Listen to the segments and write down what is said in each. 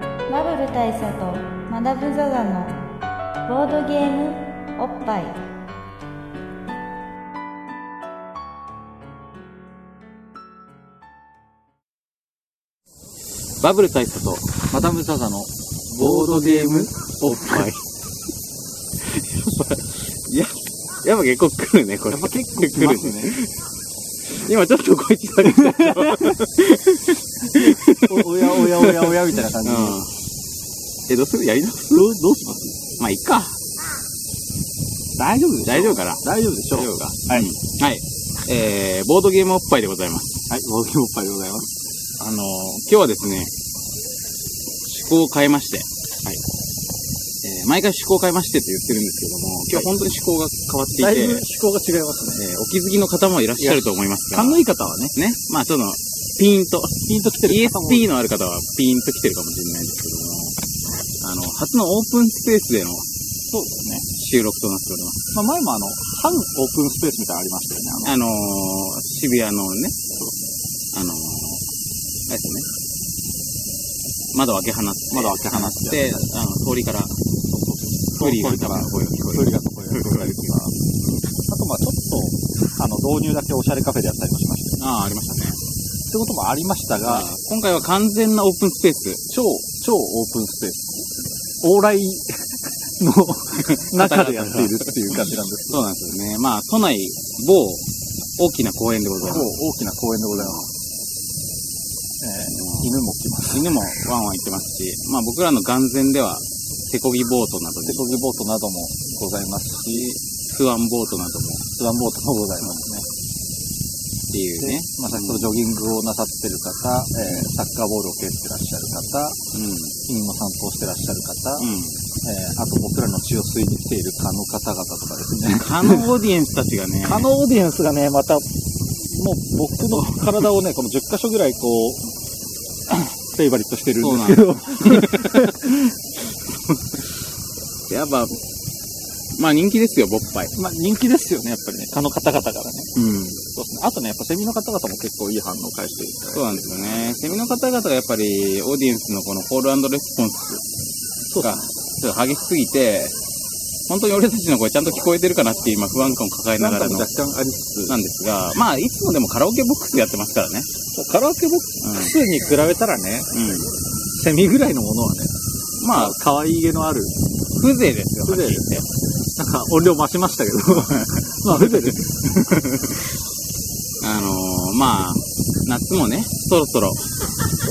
部大佐とマダム・ザ・ザのボードゲームおっぱいバブル大佐とマダムザザのボードゲームおっぱい。 やっぱ、ややっぱ結構来るね、これ。やっぱ結構来ますね。今ちょっとこいつだけ来た。うん。おおやおやおやおやみたいな感じで。え、どうするやり直すどうどうしますまあ、いっか。大丈夫でしょ大丈夫かな大丈夫でしょ大丈夫か。はい。はい、はい。えー、ボードゲームおっぱいでございます。ボードゲームおっぱいでございます。あのー、今日はですね、趣向を変えまして、はい。えー、毎回趣向を変えましてって言ってるんですけども、今日本当に趣向が変わっていだいぶて、趣向が違いますね。えーお気づきの方もいらっしゃると思いますが、考え方はね、ね、まあその、ピンと、ピンと来てる方も。 ESP のある方はピンと来てるかもしれないですけども、あの、初のオープンスペースでのそうですね。収録となっております。まあ、前もあの、半オープンスペースみたいなのありましたよね。あのあのー、渋谷のね、あのー、あれですね、窓を開け放って、窓を開け放ってであの、通りから、フリーが通りから声が聞こえプーる。ルがそこでやったりとか。あと、まあちょっと、あの、導入だけおしゃれカフェでやったりもしましたよ。ああ、ありましたね。ってこともありましたが、今回は完全なオープンスペース。超、超オープンスペース。往来の中でやっているっていう感じなんです。そうなんですよね。まあ、都内某大きな公園でございま超す。大きな公園でございます。えー、犬も来ます。犬もワンワン行ってますし、まあ僕らの眼前では、手こぎボートなど手に、こぎボートなどもございますし、スワンボートなどもっスワンボートもございますね。ていうでね。、まあ、先ほどジョギングをなさってる方、えーサッカーボールを蹴ってらっしゃる方、う犬の散歩をしてらっしゃる方、ん。うん。えーあと僕らの血を吸いに来ている蚊の方々とかです ね。カノオーディエンスたちがね、蚊のオーディエンスがね、また、もう僕の体をね、この10箇所ぐらいこう、 フェイバリットしてるんですけど、やっぱ、まあ人気ですよ、ボッパイ。 まあ人気ですよね、やっぱりね、蚊の方々からね。うん。そうですね。あとね、やっぱセミの方々も結構いい反応を返していただいそてうなんですよね。セミの方々がやっぱり、オーディエンスのこのコールレスポンスそうが、ちょっと激しすぎて、本当に俺たちの声ちゃんと聞こえてるかなっていう今不安感を抱えななんがからもの、若干ありつつ、なんですが、まあいつもでもカラオケボックスやってますからね。カラオケボックスに比べたらね、うん。セミぐらいのものはね、まあ、可愛げのある、風情ですよ、風情はっきり言ってなんか音量増しましたけど、まあ、風情です。 あのー、まあ、夏もね、そろそろ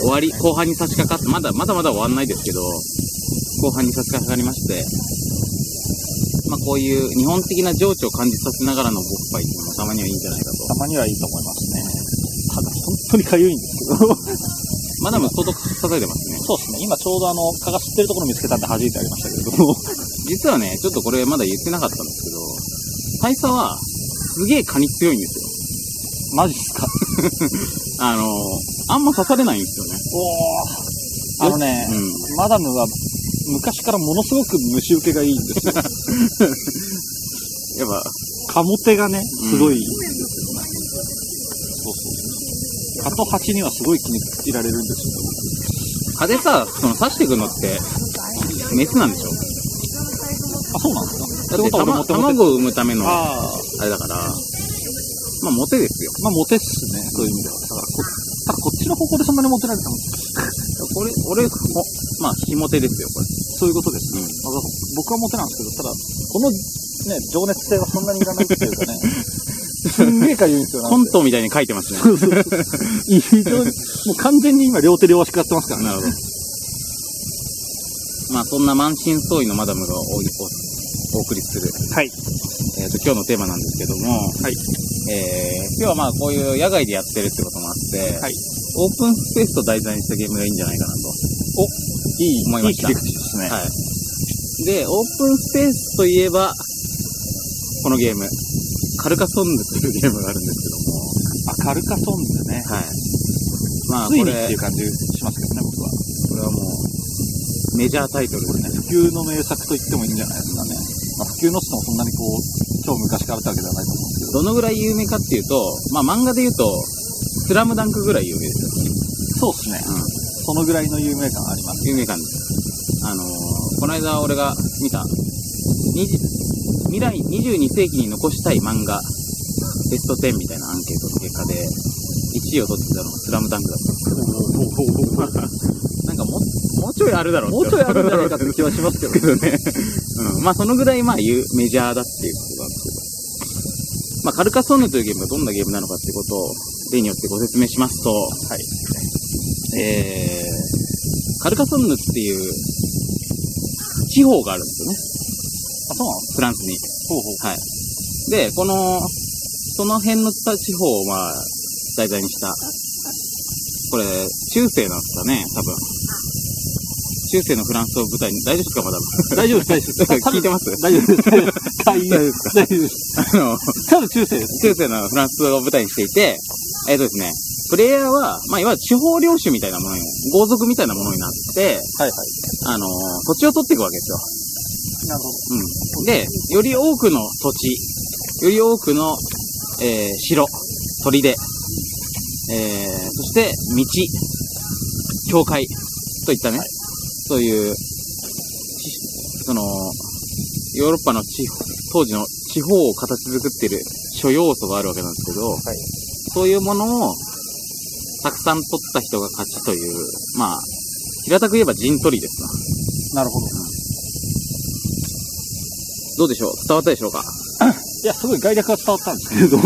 終わり、後半に差し掛かって、まだまだまだ終わんないですけど、後半に差し掛かりまして、まあこういう日本的な情緒を感じさせながらのボッパイっていうのもたまにはいいんじゃないかと。たまにはいいと思いますね。ただ、本当にかゆいんですけど。まだも相当叩いてますね。そうですね。今ちょうどあの、蚊が吸ってるところ見つけたんで弾いてありましたけれども。実はね、ちょっとこれまだ言ってなかったんですけど、大佐はすげえ蚊に強いんですよ。マジっすか。 あのー、あんま刺されないんですよね。おー。あのね、うん。マダムは昔からものすごく虫受けがいいんですよ。やっぱ、カモテがね、すごい、うそうそうそう。蚊と蜂にはすごい気に入られるんですよ。蚊でさ、その刺してくのって、メスなんでしょあ、そうなんですかだっては卵俺モテモテ卵を産むための、あああ、れだから、まあ、モテですよ。まあ、モテっすね、そういう意味では。だからこ、ただこっちの方向でそんなにモテられても、 これ、俺、まあ、非モテですよ、これ。そういうことですね。うんまあ僕はモテなんですけど、ただ、この、ね、情熱性はそんなにいらないっていう かね、すんげえか言うんですよ、コン当トみたいに書いてますね。そうそうそう。非常に、もう完全に今両手両足食らってますからね。 なるほど。まあ、そんな満身創痍のマダムがおおお送りする、はい。えっ、と、今日のテーマなんですけども、はい。えー、今日はまあ、こういう野外でやってるってこともあって、はい。オープンスペースと題材にしたゲームがいいんじゃないかなと。いい、思いました切り口ですね。はい。で、オープンスペースといえば、このゲーム。カルカソンヌというゲームがあるんですけあ、カルカソンヌね。ども。はい。まあ、こついれ、にっていうこ感じしますけどね、僕は。れはもう、メジャータイトルですね。普及の名作と言ってもいいんじゃないですかね。まあ、普及のっつってもそんなにこう、超昔からあったわけではないと思うんですけど。どのぐらい有名かっていうと、まあ漫画で言うと、スラムダンクぐらい有名ですよね。そうですね。うん。そのぐらいの有名感あります。有名感です。この間俺が見た、20未来22世紀に残したい漫画、ベスト10みたいなアンケートの結果で、1位を取ってたのがスラムダンクだったんですけど、なんかもう、もうちょいあるだろうもうちょいあるんじゃないかって気はしますけどけどね。 うん。まあ、そのぐらい、まあ、言う、メジャーだっていうことなんですけど。まあ、カルカソンヌというゲームがどんなゲームなのかっていうことを、例によってご説明しますと、はい。えー、カルカソンヌっていう、地方があるんですよね。あ、そうなのフランスに。ほうほう。はい。で、この、その辺の地方を、まあ、題材にした、これ、中世なんですかね、多分。中世のフランスを舞台に、 大丈夫ですか、まだ。大丈夫です、大丈夫です。聞いてます大丈夫です。大丈夫です。大丈夫です。 あの、多分中世です。中世のフランスを舞台にしていて、えっ、とですね、プレイヤーは、まあ、いわゆる地方領主みたいなものに、豪族みたいなものになって、はいはい。あの、土地を取っていくわけですよ。なるほど。うん。で、より多くの土地、より多くの、えー城、砦、えーそして道、教会といったね、そういう、ちその、ヨーロッパの地方、当時の地方を形作っている諸要素があるわけなんですけど、そういうものをたくさん取った人が勝ちという、まあ、平たく言えば陣取りですな。なるほど。どうでしょう伝わったでしょうかいや、すごい概略が伝わったんですけれど、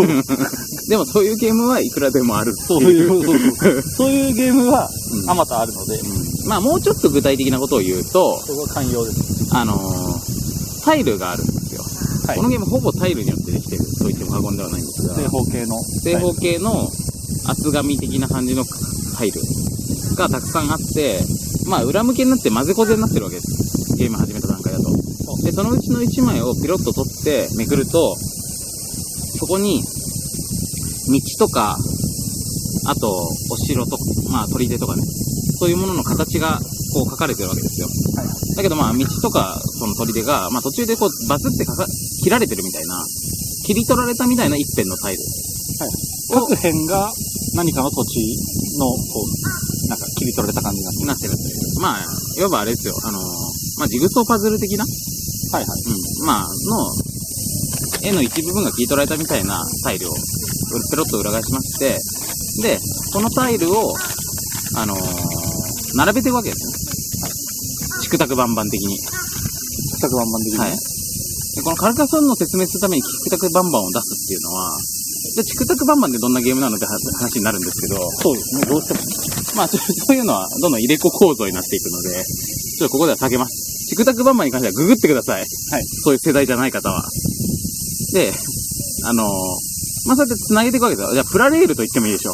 でもそういうゲームはいくらでもあるってそうい。いうう、そう そう。そういうゲームはうん、あまたあるので、まあもうちょっと具体的なことを言うと、そこは寛容です。あのータイルがあるんですよ、はいこのゲームほぼタイルによってできてると言っても過言ではないんですが、正方形の。正方形の厚紙的な感じのタイルがたくさんあって、まあ裏向けになって混ぜこぜになってるわけです。ゲーム始めた段階だと。で、そのうちの1枚をピロッと取ってめくると、そこに道とか、あとお城とか、まあ砦とかね、そういうものの形がこう書かれてるわけですよ。だけどまあ道とかその砦が、まあ途中でこうバツってかか切られてるみたいな、切り取られたみたいな一辺のタイル。各辺が何かの土地の、こう、なんか切り取られた感じがなってるんですまあ、いわばあれですよ、あのーまあ、ジグソーパズル的な、はいはい。うん、まあ、の、絵の一部分が切り取られたみたいなタイルを、ペロッと裏返しまして、で、このタイルを、あのー並べていくわけですね。チクタクバンバン的に。サクサクバンバンできる。はい。で、このカルカソンの説明するためにチクタクバンバンを出すっていうのは、で、チクタクバンバンってどんなゲームなのって話になるんですけど、そうですね。どうしても。まあ、ちょ そういうのは、どんどん入れ子構造になっていくので、ちょっとここでは避けます。チクタクバンバンに関してはググってください。はいそういう世代じゃない方は。で、あのーまあ、そうやって繋げていくわけですよ。じゃあ、プラレールと言ってもいいでしょう。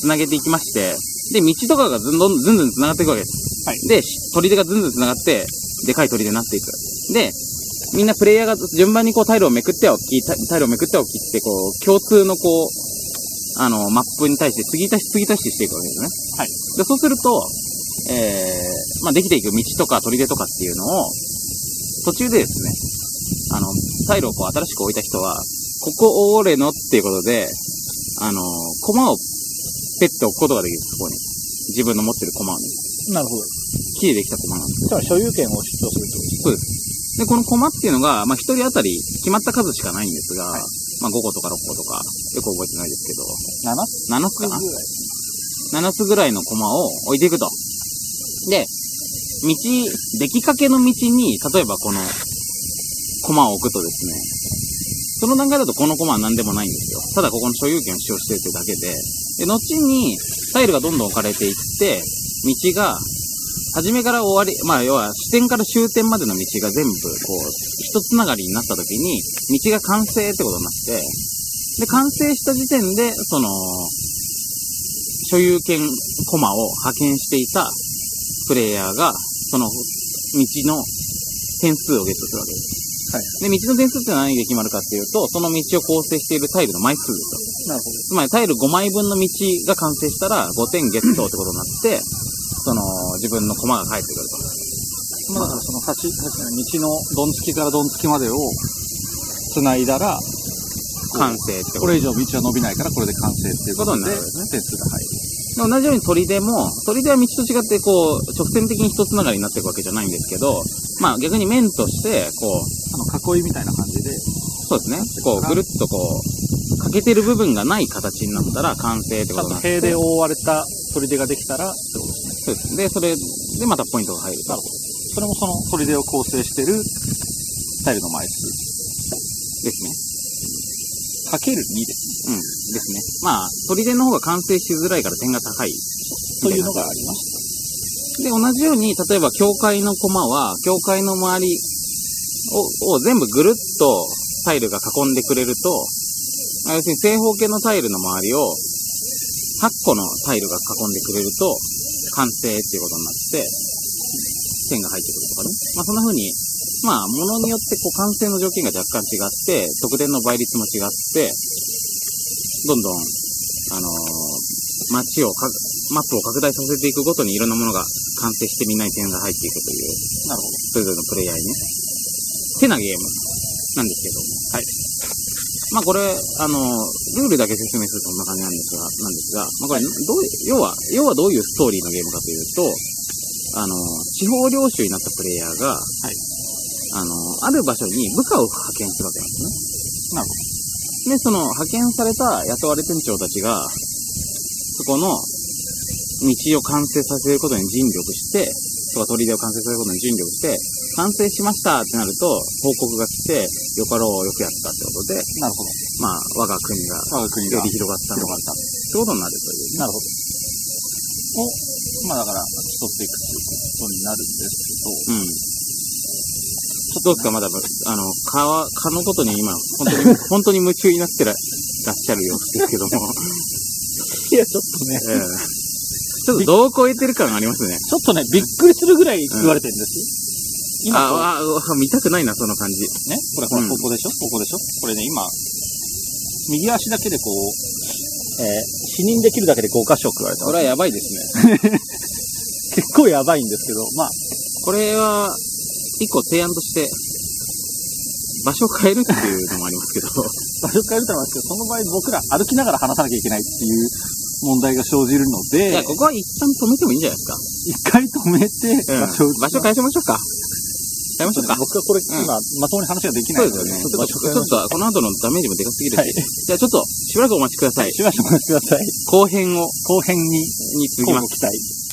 繋げていきまして、で、道とかがずんどん、ずんずん繋がっていくわけです。はいで、し砦がずんずん繋がって、でかい砦になっていく。で、みんなプレイヤーが順番にこうタイルをめくっては置き、タタイルをめくっては置きって、こう、共通のこう、あの、マップに対して継ぎ足し継ぎ足ししていくわけですね。はい。で、そうすると、えー、まあ、できていく道とか砦とかっていうのを、途中でですね、あの、タイルをこう新しく置いた人は、ここを俺のっていうことで、あの、駒をペッて置くことができるんです、そこに。自分の持ってる駒をね。なるほど。木でできた駒なんです。つまり所有権を主張するってことです。そうです。で、この駒っていうのが、まあ、一人当たり決まった数しかないんですが、まあ、5個とか6個とか、よく覚えてないですけど、 7 7つつかぐならい。 7つぐらいの駒を置いていくと。で、道、出来かけの道に、例えばこの、駒を置くとですね、その段階だとこの駒は何でもないんですよ。ただここの所有権を使用してるってだけで、で、後に、タイルがどんどん置かれていって、道が、初めから終わり、まあ、要は、始点から終点までの道が全部、こう、一つながりになった時に、道が完成ってことになって、で、完成した時点で、その、所有権コマを派遣していたプレイヤーが、その道の点数をゲットするわけです。。はで、い道の点数ってのは何で決まるかっていうと、その道を構成しているタイルの枚数ですよ。なるほど。つまりタイル5枚分の道が完成したら5点ゲットってことになって、その自分の駒が返ってくると。まあ、だからその橋、確かに道のどんつきからどんつきまでを繋いだら、完成ってことこれ以上道は伸びないからこれで完成っていうことことになでるわけです、点数が入る。で同じように砦も、砦は道と違ってこう、直線的に一つながりになっていくわけじゃないんですけど、まあ逆に面として、こう、あの、囲いみたいな感じで、そうですね、こうぐるっとこう、欠けてる部分がない形になったら完成ってちこゃとにんとなって塀で覆われた砦ができたら、ってことですね。そうです。で、それでまたポイントが入るなとる。ほど。それもその砦を構成してるタイルの枚数。ですね。かける2ですね。うん。ですね。まあ、砦の方が完成しづらいから点が高い。というのがありました。で、同じように、例えば、教会のコマは、教会の周りをを全部ぐるっとタイルが囲んでくれると、あ要するに正方形のタイルの周りを、8個のタイルが囲んでくれると、完成っていうことになって、線が入ってくるとかね。まあ、そんな風に、まあ、ものによって、こう、完成の条件が若干違って、得点の倍率も違って、どんどん、あのー街をか、マップを拡大させていくごとにいろんなものが完成してみんなに点が入っていくという、なるほど。それぞれのプレイヤーにね。手なゲームなんですけども。はい。まあこれ、あの、ルールだけ説明するとこんな感じなんですが、なんですが、まあこれ、どうい、要は、要はどういうストーリーのゲームかというと、あの、地方領主になったプレイヤーが、あの、ある場所に部下を派遣するわけなんですね。なるほで、その派遣された雇われ店長たちが、そこの道を完成させることに尽力して、とか砦を完成させることに尽力して、完成しましたってなると、報告が来て、よかろう、よくやったってことで、ど。なるほど。まあ、我が国が我が国がより広がったの広が、っがった。てことになるというね。なるほど。を、まあだから、競っていくということになるんですけうど、ん。どうですか、まだ、あの、蚊は、蚊のことに今、本当に、本当 に夢中になってらっしゃるようですけども、いや、ちょっとね、ええちょっとどう超えてる感がありますね。ちょっとね、びっくりするぐらい食われてるんです。今こう、ああ、あ見たくないな、その感じ。ね、これほうら、んここでしょ、ここでしょこれね、今、右足だけでこう、えー死人できるだけで5箇所食われてこまれすはやばいですね。結構やばいんですけど、まあ、これは、一個提案として、場所変えるっていうのもありますけど、場所変えるとはなんですけど、その場合僕ら歩きながら話さなきゃいけないっていう問題が生じるの いでや、、ここは一旦止めてもいいんじゃないですか。一回止めて、うん場所を場所変えちゃいましょうか。変えましょうか。僕はこれ、ん今、まともに話ができなそいうでのすで、よね。ちょっ場と、所変ちえょまっしょうとこの後のダメージもでかすぎるし。はいじゃあちょっと、しばらくお待ちください。しばしお待ちください。後編を、後編に、に続き交ま互す。期待。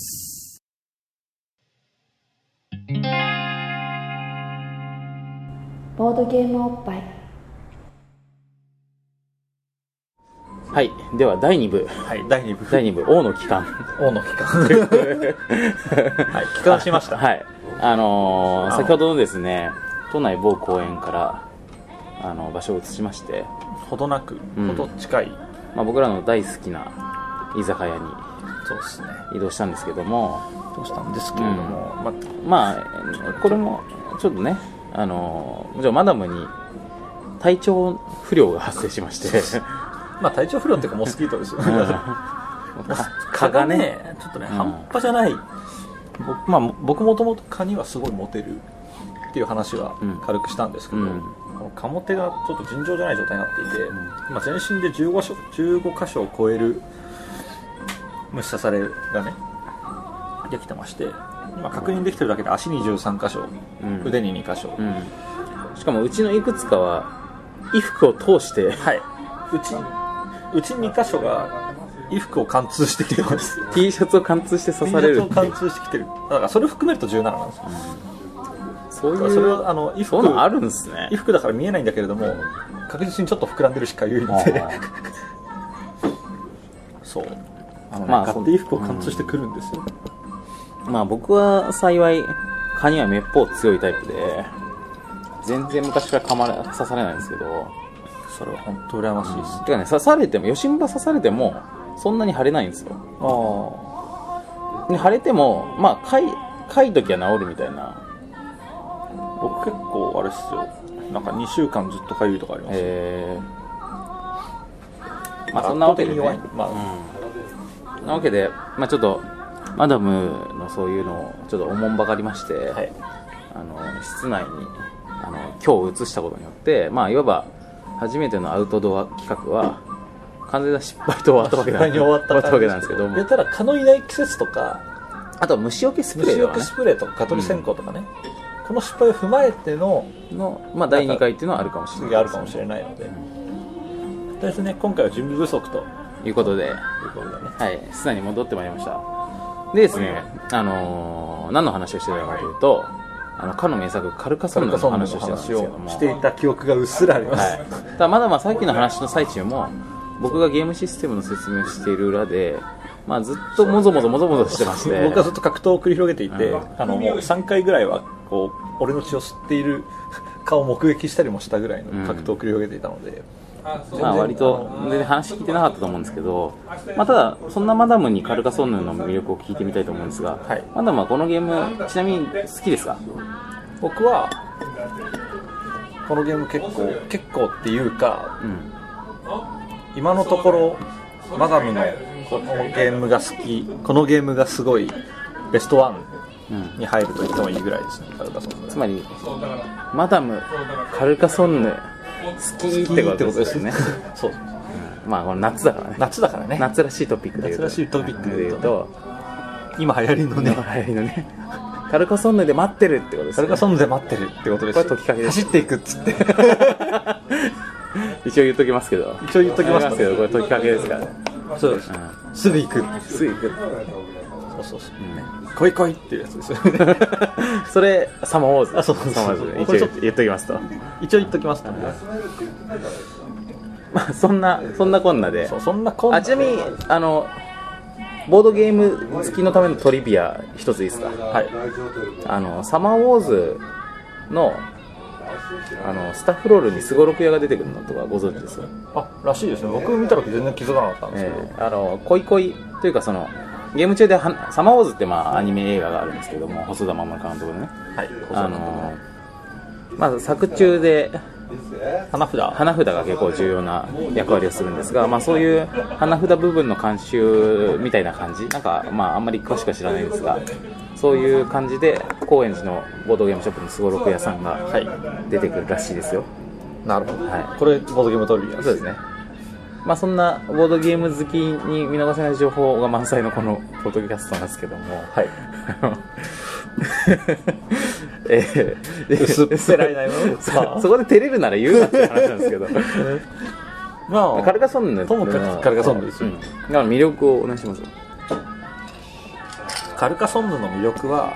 ボードゲームおっぱいはい。では、第2部。はい、第2部。第2部、王の帰還。王の期間ということではい、帰還しました。はい。あのーあの先ほどのですね、都内某公園から、あの、場所を移しまして、ほどなく、うんほど近い。まあ、僕らの大好きな居酒屋にそうですね。移動したんですけども、どうしたんですけれども、ままあ、これもちょっとね、あのもちろんマダムに体調不良が発生しま して、あ、まあ、体調不良っていうか、モスキート ですよ。うん蚊蚊ががね、ね、ちょっとね、うん半端じゃない。僕まあ、僕もともと蚊にはすごいモテるっていう話はうん軽くしたんですけうど、ん、あの蚊モテがちょっと尋常じゃない状態になっていて、まあ、全身で15所15箇所を超える虫刺されがねできてまして今確認できてるだけで足に13箇所うん腕に2箇所、うんしかもうちのいくつかは、衣服を通して、はいうちうち2箇所が衣服を貫通してきてます T シャツを貫通して刺され T シるャツをっていう、貫通してきてるだからそれを含めると17なんですよそうだいからそれう、をあの衣服そういうのあるんですね衣。服だから見えないんだけれども確実にちょっと膨らんでるしか言えあなーい そうあの、ねまあ買って衣服を貫通してくるんですよ、まあ僕は幸い、蚊にはめっぽう強いタイプで、全然昔から噛まれ、刺されないんですけど、それは本当羨ましいです、てかね、刺されても、ヨシンバ刺されても、そんなに腫れないんですよ。あで腫れても、まあ、かい、かい時は治るみたいな。あ僕結構あれっすよなんか2週間ずっとかゆいとかありますよ、えー、まあ、そんなわけで、ね。圧倒的に弱いまあうん。なわけで、まあちょっと、マダムのそういうのをちょっとおもんばかりまして、はいあの、室内に、あの、今日移したことによって、まあ、いわば、初めてのアウトドア企画は、完全な失敗と終わったわけ失な敗んに終わったわけなんですけどやもたら蚊のいない季節とかあとは虫除けスプレ虫ー除はけねスプレーとか蚊取り線香とかね、この失敗を踏まえてのの、まあ、第2回っていうのはあるかもしれない次があるかもしれないので、とりあえずね今回は準備不足といということでうことでねはい、室内に戻ってまいりました。でですね、あのー何の話をしてたかというと、あの、かの名作、カルカソンヌのそんな話をしてたんです話けどをも、していた記憶がうっすらあります、はい。ただまだまあさっきの話の最中も、僕がゲームシステムの説明をしている裏で、まあずっともぞもぞもぞもぞしてまして、僕はずっと格闘を繰り広げていて、うあのもう3回ぐらいはこう俺の血を吸っている顔を目撃したりもしたぐらいの格闘を繰り広げていたので、まあ割と全然話聞いてなかったと思うんですけど、まあただ、そんなマダムにカルカソンヌの魅力を聞いてみたいと思うんですが、はいマダムはこのゲーム、ちなみに好きですか僕はこのゲーム結構結構っていうかうん。今のところマダムのこのゲームが好きこのゲームがすごいベストワンうん。に入ると言ってもいいぐらいですねカルカソンヌつまり、マダム、カルカソンヌ、好きってことですよね。そうまあ、この夏だからね。夏だからね夏らしいトピックで言うと。夏らしいトピックでで言言うとうと、今流行りのね、ね流行りのね、カルカソンヌで待ってるってことですカよルねカ。ソンヌで待ってるってことですよこれ解きかけです走っていくっつ って一応言っときますけど。一応言っときますけど、これ解きかけですからね。そうですうすぐ行くん。すぐ行く。そうそうそううん来い来いっていうやつですよ ねそれ、サマーウォーズ。あそうそうそうサマーウォーこれズちでょ一応言っっときますと。一応言っときますとまあ、そんな、そんなこんなでそ。うそんなこんあ、ちなみに、あの、ボードゲーム付きのためのトリビア一ついいですかはいあの、サマーウォーズの、あの、スタッフロールにスゴロク屋が出てくるのとかご存知ですかあらしいですね僕見た時全然気づかなかったんですけえど、えあの、恋恋というかその、ゲーム中では、サマーウォーズってまあアニメ映画があるんですけども、細田守監督のね。はいあの、まあ作中で花札花札が結構重要な役割をするんですが、まあそういう花札部分の監修みたいな感じ、なんかまああんまり詳しくは知らないんですが、そういう感じで高円寺のボードゲームショップのスゴロク屋さんが、出てくるらしいですよ。なるほど、はいこれボードゲームトリビアそうですね。まあそんなボードゲーム好きに見逃せない情報が満載のこのポッドキャストなんですけども。はいあの ええ薄っぺらい内容 そそこで照れるなら言うなっていう話なんですけどま あカルカソンヌともかくカルカソンヌですようんだから魅力をお願いします、カルカソンヌの魅力は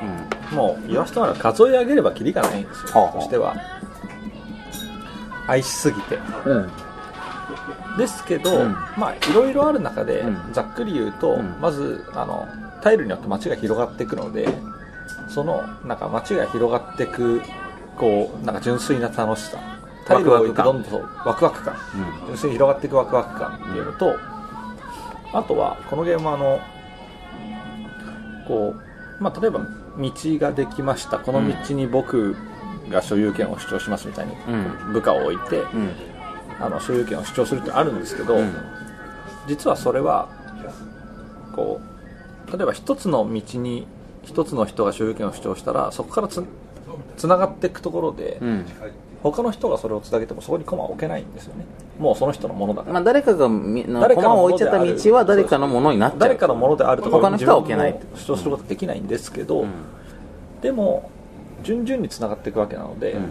う、んもう言わせてもらえば数え上げればキリがないんですよ、はあはあとしては愛しすぎてうんですけど、うんまあいろいろある中で、うんざっくり言うと、うんまずあのタイルによって街が広がっていくのでそのなんか街が広がっていくこうなんか純粋な楽しさタイルを置いてどんどんワクワク感純粋に広がっていくワクワク感っていうのと、あとはこのゲームはあのこう、まあ、例えば道ができましたこの道に僕が所有権を主張しますみたいにうん部下を置いて、うんあの所有権を主張するってあるんですけど、うん実はそれはこう例えば一つの道に一つの人が所有権を主張したらそこからつつながっていくところで、うん他の人がそれをつなげてもそこに駒を置けないんですよねもうその人のものだから、まあ誰かがみの誰か駒のをも置いのちでゃっあたる道は誰かのものになっちゃう誰かのものであるところ他の人は置けない自分の主張することはできないんですけど、うんでも順々につながっていくわけなので、うん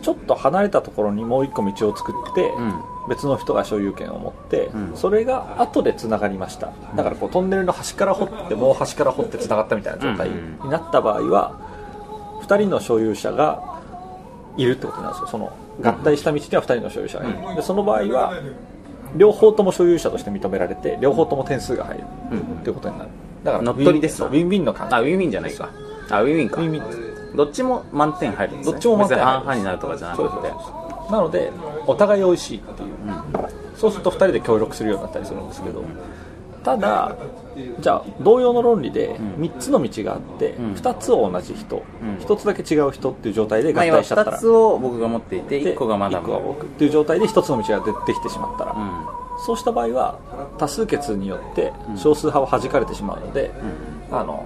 ちょっと離れたところにもう一個道を作って、うん別の人が所有権を持って、んそれが後でつながりましただからこうトンネルの端から掘ってもう端から掘ってつながったみたいな状態うんになった場合は2人の所有者がいるってことなんですよその合体した道には2人の所有者がいる、でその場合は両方とも所有者として認められて両方とも点数が入るっていうことになるだから乗っ取りですウィンウィンの感あウじィンウィンじゃないかあウィンウィンかウィンウィンですどっちも満点入るんですねどっちも満点別に半入る々になるとかじゃなくそうそうそうなのでお互い美味しいっていう、そうすると2人で協力するようになったりするんですけど、ただじゃあ同様の論理で3つの道があって、ん2つを同じ人、ん1つだけ違う人っていう状態でてまあ合今体しちゃった2ら、つを僕が持っていてで1個がまだ一個が僕っていう状態で1つの道が出てきてしまったら、うんそうした場合は多数決によって少数派は弾かれてしまうので、あの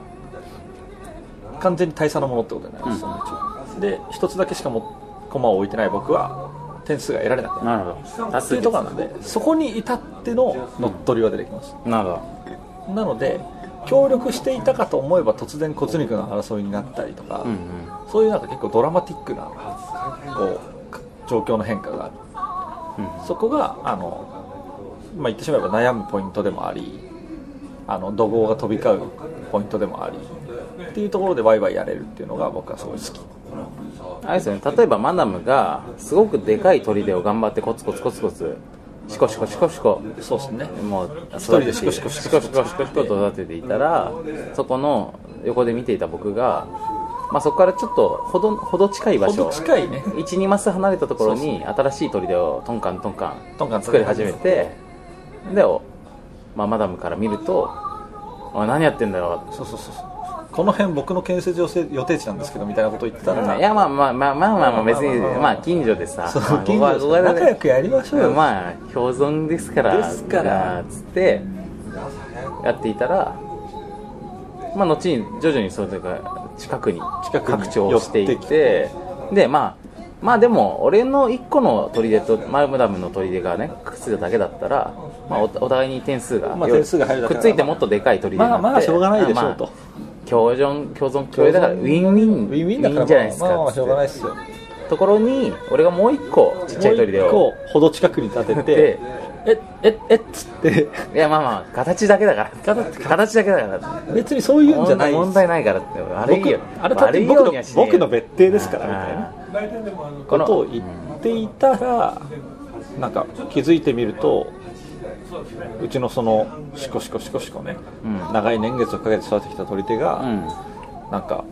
完全に大差のものってことになります、その道はで一つだけしかも駒を置いてない僕は点数が得られなくなるなるほど多って数いう決ところなんでそこに至っての乗っ取りは出てきます、なるほなので協力していたかと思えば突然骨肉の争いになったりとか、どうんうんそういうなんか結構ドラマティックなこう状況の変化がある、うそこがあの、まあ、言ってしまえば悩むポイントでもありあの怒号が飛び交うポイントでもありっていうところでワイワイやれるっていうのが僕はすごい好きあれですよね例えばマダムがすごくでかい砦を頑張ってコツコツコツコツシコシコシコシコそうですねもう育てて人でシコシコシコシコシコシコと育てていたらそこの横で見ていた僕が、まあ、そこからちょっとほどほど近い場ほ所ど近いね12マス離れたところに新しい砦をトンカントンカトンカンン作り始めてで、まあ、マダムから見ると「おい何やってんだよ」そうそうそうそうこの辺僕の建設予定予定地なんですけどみたいなこと言ってたらいやまあまあまあまあまあまあ別にまあまあまあまあ近所でさそうまあ近所ここはで仲良くやりましょうよ、まあ共存ですからですからつってやっていたらまあ後に徐々にそれが近くに近くに拡張してい寄っっててきでまあまあでも俺の1個の砦とマムダムの砦がねくっついただけだったら、まあ、おお互いに点数が,、まあ点数が入るだけくっだからついてもっとでかい砦になってまあまあしょうがないでしょうとまあ共存共存共栄だからウィンウィンウィンウィンだからじゃないですかまあまあまあしょうがないっっすよつってところに俺がもう1個ちっちゃい砦をもう一個ほど近くに立ててでえええっつっていやまあまあ形だけだから形だけだから別にそういうんじゃないです問題ないからってあれいいよ僕あれだって悪い僕ようにのはしねえよ僕の別邸ですからみたいなうんここのとを言っていたらなんか気づいてみるとうちのそのシコシコシコシコね、うん長い年月をかけて育ててきた鳥手が、うんなんか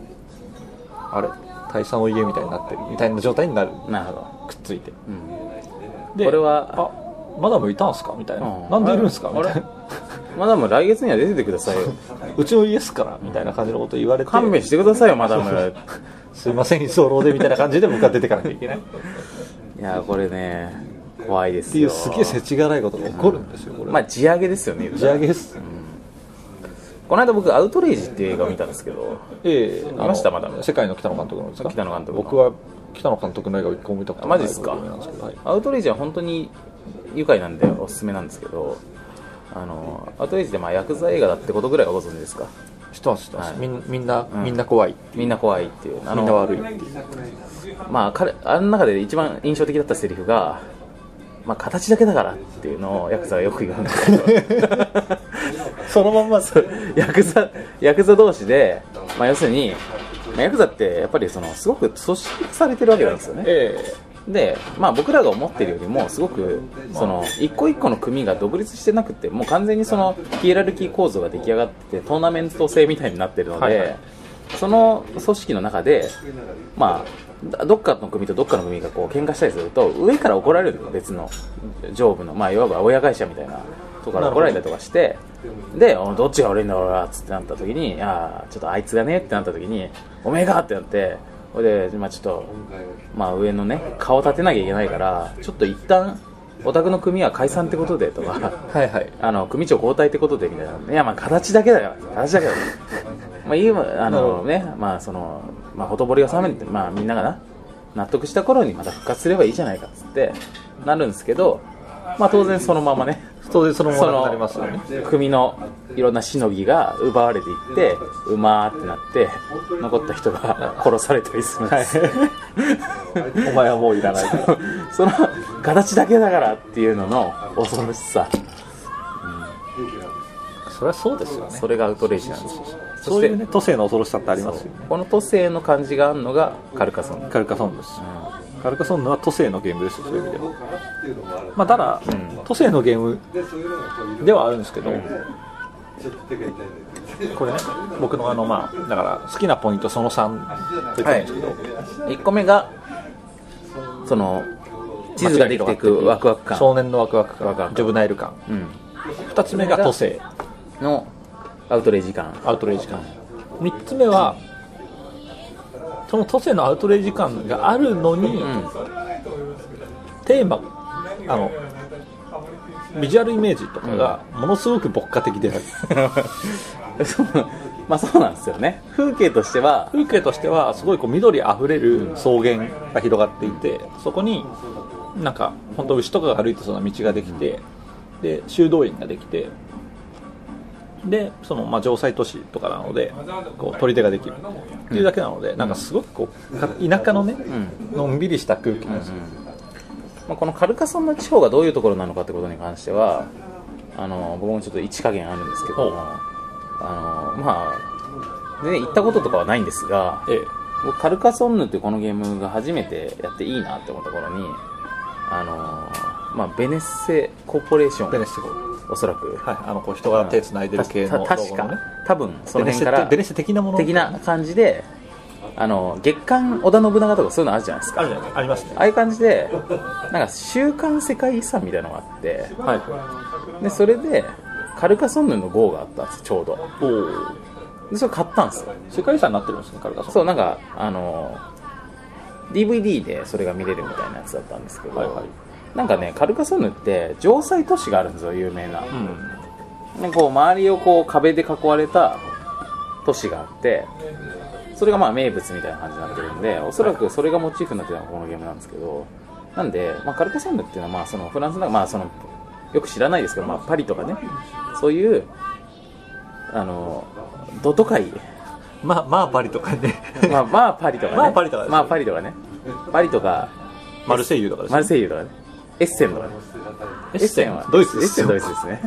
あれ退散お家みたいになってるみたいな状態になるなるほどくっついてうんでこれはあマダムいたんすかみたいな、うんなんでいるんすかあみれたいなマダム来月には出ててくださいようちの家っすからみたいな感じのこと言われて勘弁してくださいよマダムすいません居候でみたいな感じで僕は出てかなきゃいけないっいやこれね怖いですていうよすげえせちがらいことが起こるんですよこれ、まあ地上げですよね地上げっす、この間僕「アウトレイジ」っていう映画を見たんですけどええあの見ましたまだ世界の北野監督のですか北野監督の僕は北野監督の映画を一個も見たことなあいマジっすかなんですけど、はいアウトレイジは本当に愉快なんでおすすめなんですけどあのアウトレイジでまあヤクザ映画だってことぐらいはご存知ですか知ってます知ってます、はいみんみんな、んみんな怖いみんな怖いっていうあみんなの悪いっていうまあ彼あの中で一番印象的だったセリフが「まあ、形だけだから」っていうのをヤクザがよく言うんですけどそのまんまそうヤクザヤクザ同士で、まあ、要するに、まあヤクザってやっぱりそのすごく組織化されてるわけなんですよねええで、まあ、僕らが思ってるよりもすごくその一個一個の組が独立してなくてもう完全にそのヒエラルキー構造が出来上がっててトーナメント制みたいになってるので、はいはいその組織の中で、まあ、どっかの組とどっかの組がこう喧嘩したりすると上から怒られるの別の上部の、まあ、いわば親会社みたいなとこから怒られたりとかしてでおどっちが悪いんだろうなっつってなった時にいやーちょっとあいつがねってなった時におめえかってなってほいで、まあ、ちょっと、まあ、上のね顔立てなきゃいけないからちょっと一旦お宅の組は解散ってことでとか。 はいはいあの組長交代ってことでみたいな、いや、まあ、形だけだから、形だけだから、まあ、今、あのね、まあ、その、まあ、ほとぼりが冷めて、まあ、みんながな、納得した頃にまた復活すればいいじゃないかっつって、なるんですけど、まあ、当然そのままね、当然そのまそまなくなりのますよね組のいろんなしのぎが奪われていって、うまーってなって、残った人が殺されたりするんです。お前はもういらないからその形だけだからっていうのの恐ろしさ、それはそうですよねそれがアウトレイジなんですよ。そそしうていうね都政の恐ろしさってありますよねこの都政の感じがあるのがカルカソンカルカソンヌです、カルカソンヌは都政のゲームですよそういう意味では、まあ、ただ、都政のゲームではあるんですけど、これね僕のあのまあだから好きなポイントその3出てるんですけど、 1個目がその地図ができていくワクワク感少年のワクワク感ワクワクジョブナイル感うん2つ目が都政のアウトレイジ感アウトレイジ感3つ目はその都政のアウトレイジ感があるのに、うんテーマあのビジュアルイメージとかがものすごく牧歌的であ る、そうまあそうなんですよね風景としては風景としてはすごいこう緑あふれる草原が広がっていてそこになんか本当牛とかが歩いてそうな道ができてで修道院ができてでそのまあ城塞都市とかなのでこう取り手ができるっていうだけなので、なんかすごくこうか田舎のね、のんびりした空気なんですよ、まあ、このカルカソンヌ地方がどういうところなのかってことに関してはあの僕もちょっと一加減あるんですけどほうあのまあ全然行ったこととかはないんですがええ僕カルカソンヌっていうこのゲームが初めてやっていいなって思った頃にあの、まあ、ベネッセコーポレーショベネンッセコおそらく、はいあのこう人が手つないでる系のた確ロゴのかね多分そのベネ辺ッセからベネッセ的なもの的な感じであの月刊織田信長とかそういうのあるじゃないですかあるじゃないありますねああいう感じで、なんか、週刊世界遺産みたいなのがあって、で、それで、カルカソンヌの号があったんです、ちょうど。おおで、それ買ったんですよ。世界遺産になってるんですねカルカソンそう、なんか、あの、DVD でそれが見れるみたいなやつだったんですけど、はいはいなんかね、カルカソンヌって、城塞都市があるんですよ、有名な。うんでこう、周りをこう、壁で囲われた都市があって、それがまあ名物みたいな感じになってるんで、おそらくそれがモチーフになってるのがこのゲームなんですけど、なんで、まあ、カルカソンヌっていうのは、まあ、そのフランスの、まあ、その、よく知らないですけど、まあ、パリとかね、そういう、あの、ドト会、まあまあパリと かねまあ、まあ、パリとかね、まあパリとかですまあ、パリとかね、パリとか、マルセイユとかですマねルセイユとかね、エッセンとかね、エッセンはドイツエでッすセンよドイツですね。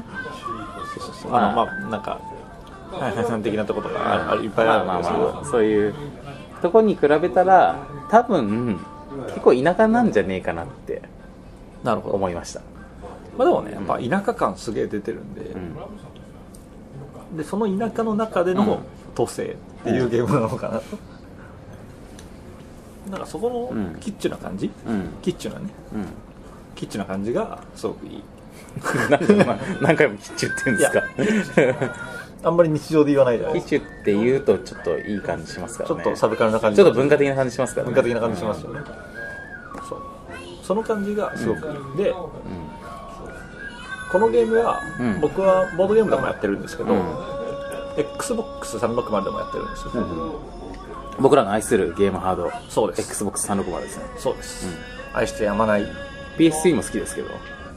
あのまあなんかはいはいさん的なとことかあるあるいっぱいあるんですけまあまあまあどそういうとこに比べたら多分結構田舎なんじゃねえかなってなるほど思いました、まあでもねやっぱ田舎感すげえ出てるんでうんでその田舎の中でうんの都政っていうゲームなのかなとなんかそこうんのキッチュな感じうんキッチュなねうん、キッチュな感じがすごくいいなんでまあ何回もキッチュって言うんですかあんまり日常で言わないじゃないキでッすかチュって言うとちょっといい感じしますかちらょっねとサブカルな感じちょっと文化的な感じしますからね文化的な感じしますよね、そうその感じがすごくいい、で、このゲームは、うん僕はボードゲームでもやってるんですけど、うん XBOX360 でもやってるんですよ、僕らの愛するゲームハードそうです XBOX360 ですねそうです、愛してやまない PS3 も好きですけど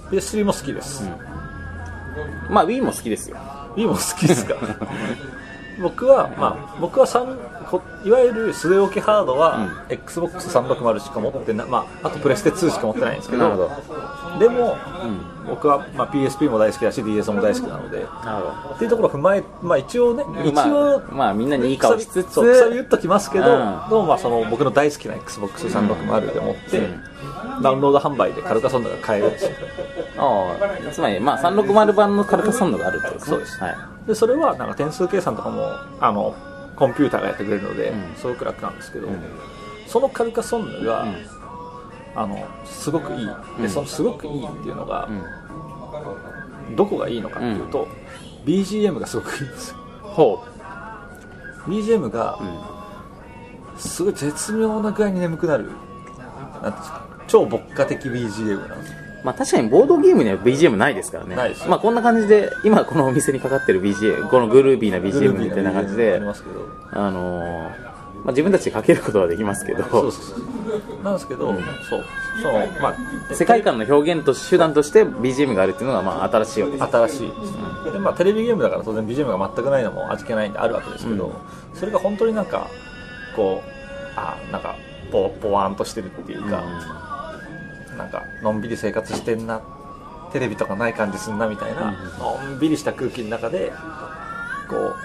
PS3 も好きです、まあ Wii も好きですよ Wii も好きですか 僕は、まあ、僕は三こいわゆる据え置きハードは、XBOX360 しか持ってない、まあ、あとプレステ2しか持ってないんですけどなるほどでも、ん僕は、まあ、PSP も大好きだし DS も大好きなのでっなるほていうところを踏まえ、まあ、一応ね一応、まあ、まあみんなにいい顔しつつそうくさび言っときますけど、うんでもまあその僕の大好きな XBOX360 で持って、ダウンロード販売でカルカソンヌが買えるんですよああつまり、まあ、360版のカルカソンヌがあるってことですねそうですはい、でそれはなんか点数計算とかもあのコンピューターがやってくれるので、んすごく楽なんですけど、そのカルカソンヌが、んあのすごくいいで、うんそのすごくいいっていうのが、んどこがいいのかっていうと、BGM がすごくいいんですよほ BGM が、んすごい絶妙な具合に眠くなるなんていうんですか超牧歌的 BGM なんですよう、まあ、確かにボードゲームには BGM ないですからねないですまあ、こんな感じで今このお店にかかってる BGM このグルービーな BGM みたいな感じグルでービーな BGM がありますけどあのーまあ、自分たちでかけることはできますけどそうそうそうなんですけど、そうそうまあ世界観の表現とし手段として BGM があるっていうのがまあ新しいわけです新しいですね、でまあ、テレビゲームだから当然 BGM が全くないのも味気ないんであるわけですけど、それが本当になんかこうあなんかぼぼわんとしてるっていうか、なんかのんびり生活してんなテレビとかない感じすんなみたいな、のんびりした空気の中でこう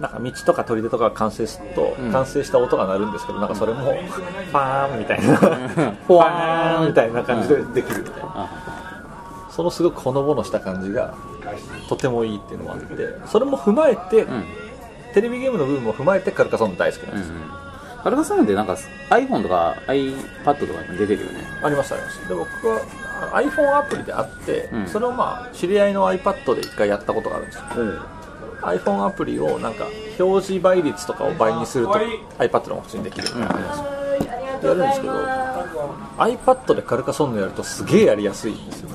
なんか道とか砦とかが完成すると、うん完成した音が鳴るんですけどなんかそれも、ファーンみたいなフフワァーーンンみたいな感じでできるみたいな、そのすごくほのぼのした感じがとてもいいっていうのもあってそれも踏まえて、うんテレビゲームの部分も踏まえてカルカソンヌ大好きなんうです、んカルカソンヌってなんか iPhone とか iPad とかにも出てるよねありましたありましたで僕はあ iPhone アプリであって、うんそれをまあ知り合いの iPad で一回やったことがあるんですよ iPhone アプリをなんか表示倍率とかを倍にすると iPad の方が普通にできるみたいな感じですよやるんですけど iPad でカルカソンヌやるとすげえやりやすいんですよ、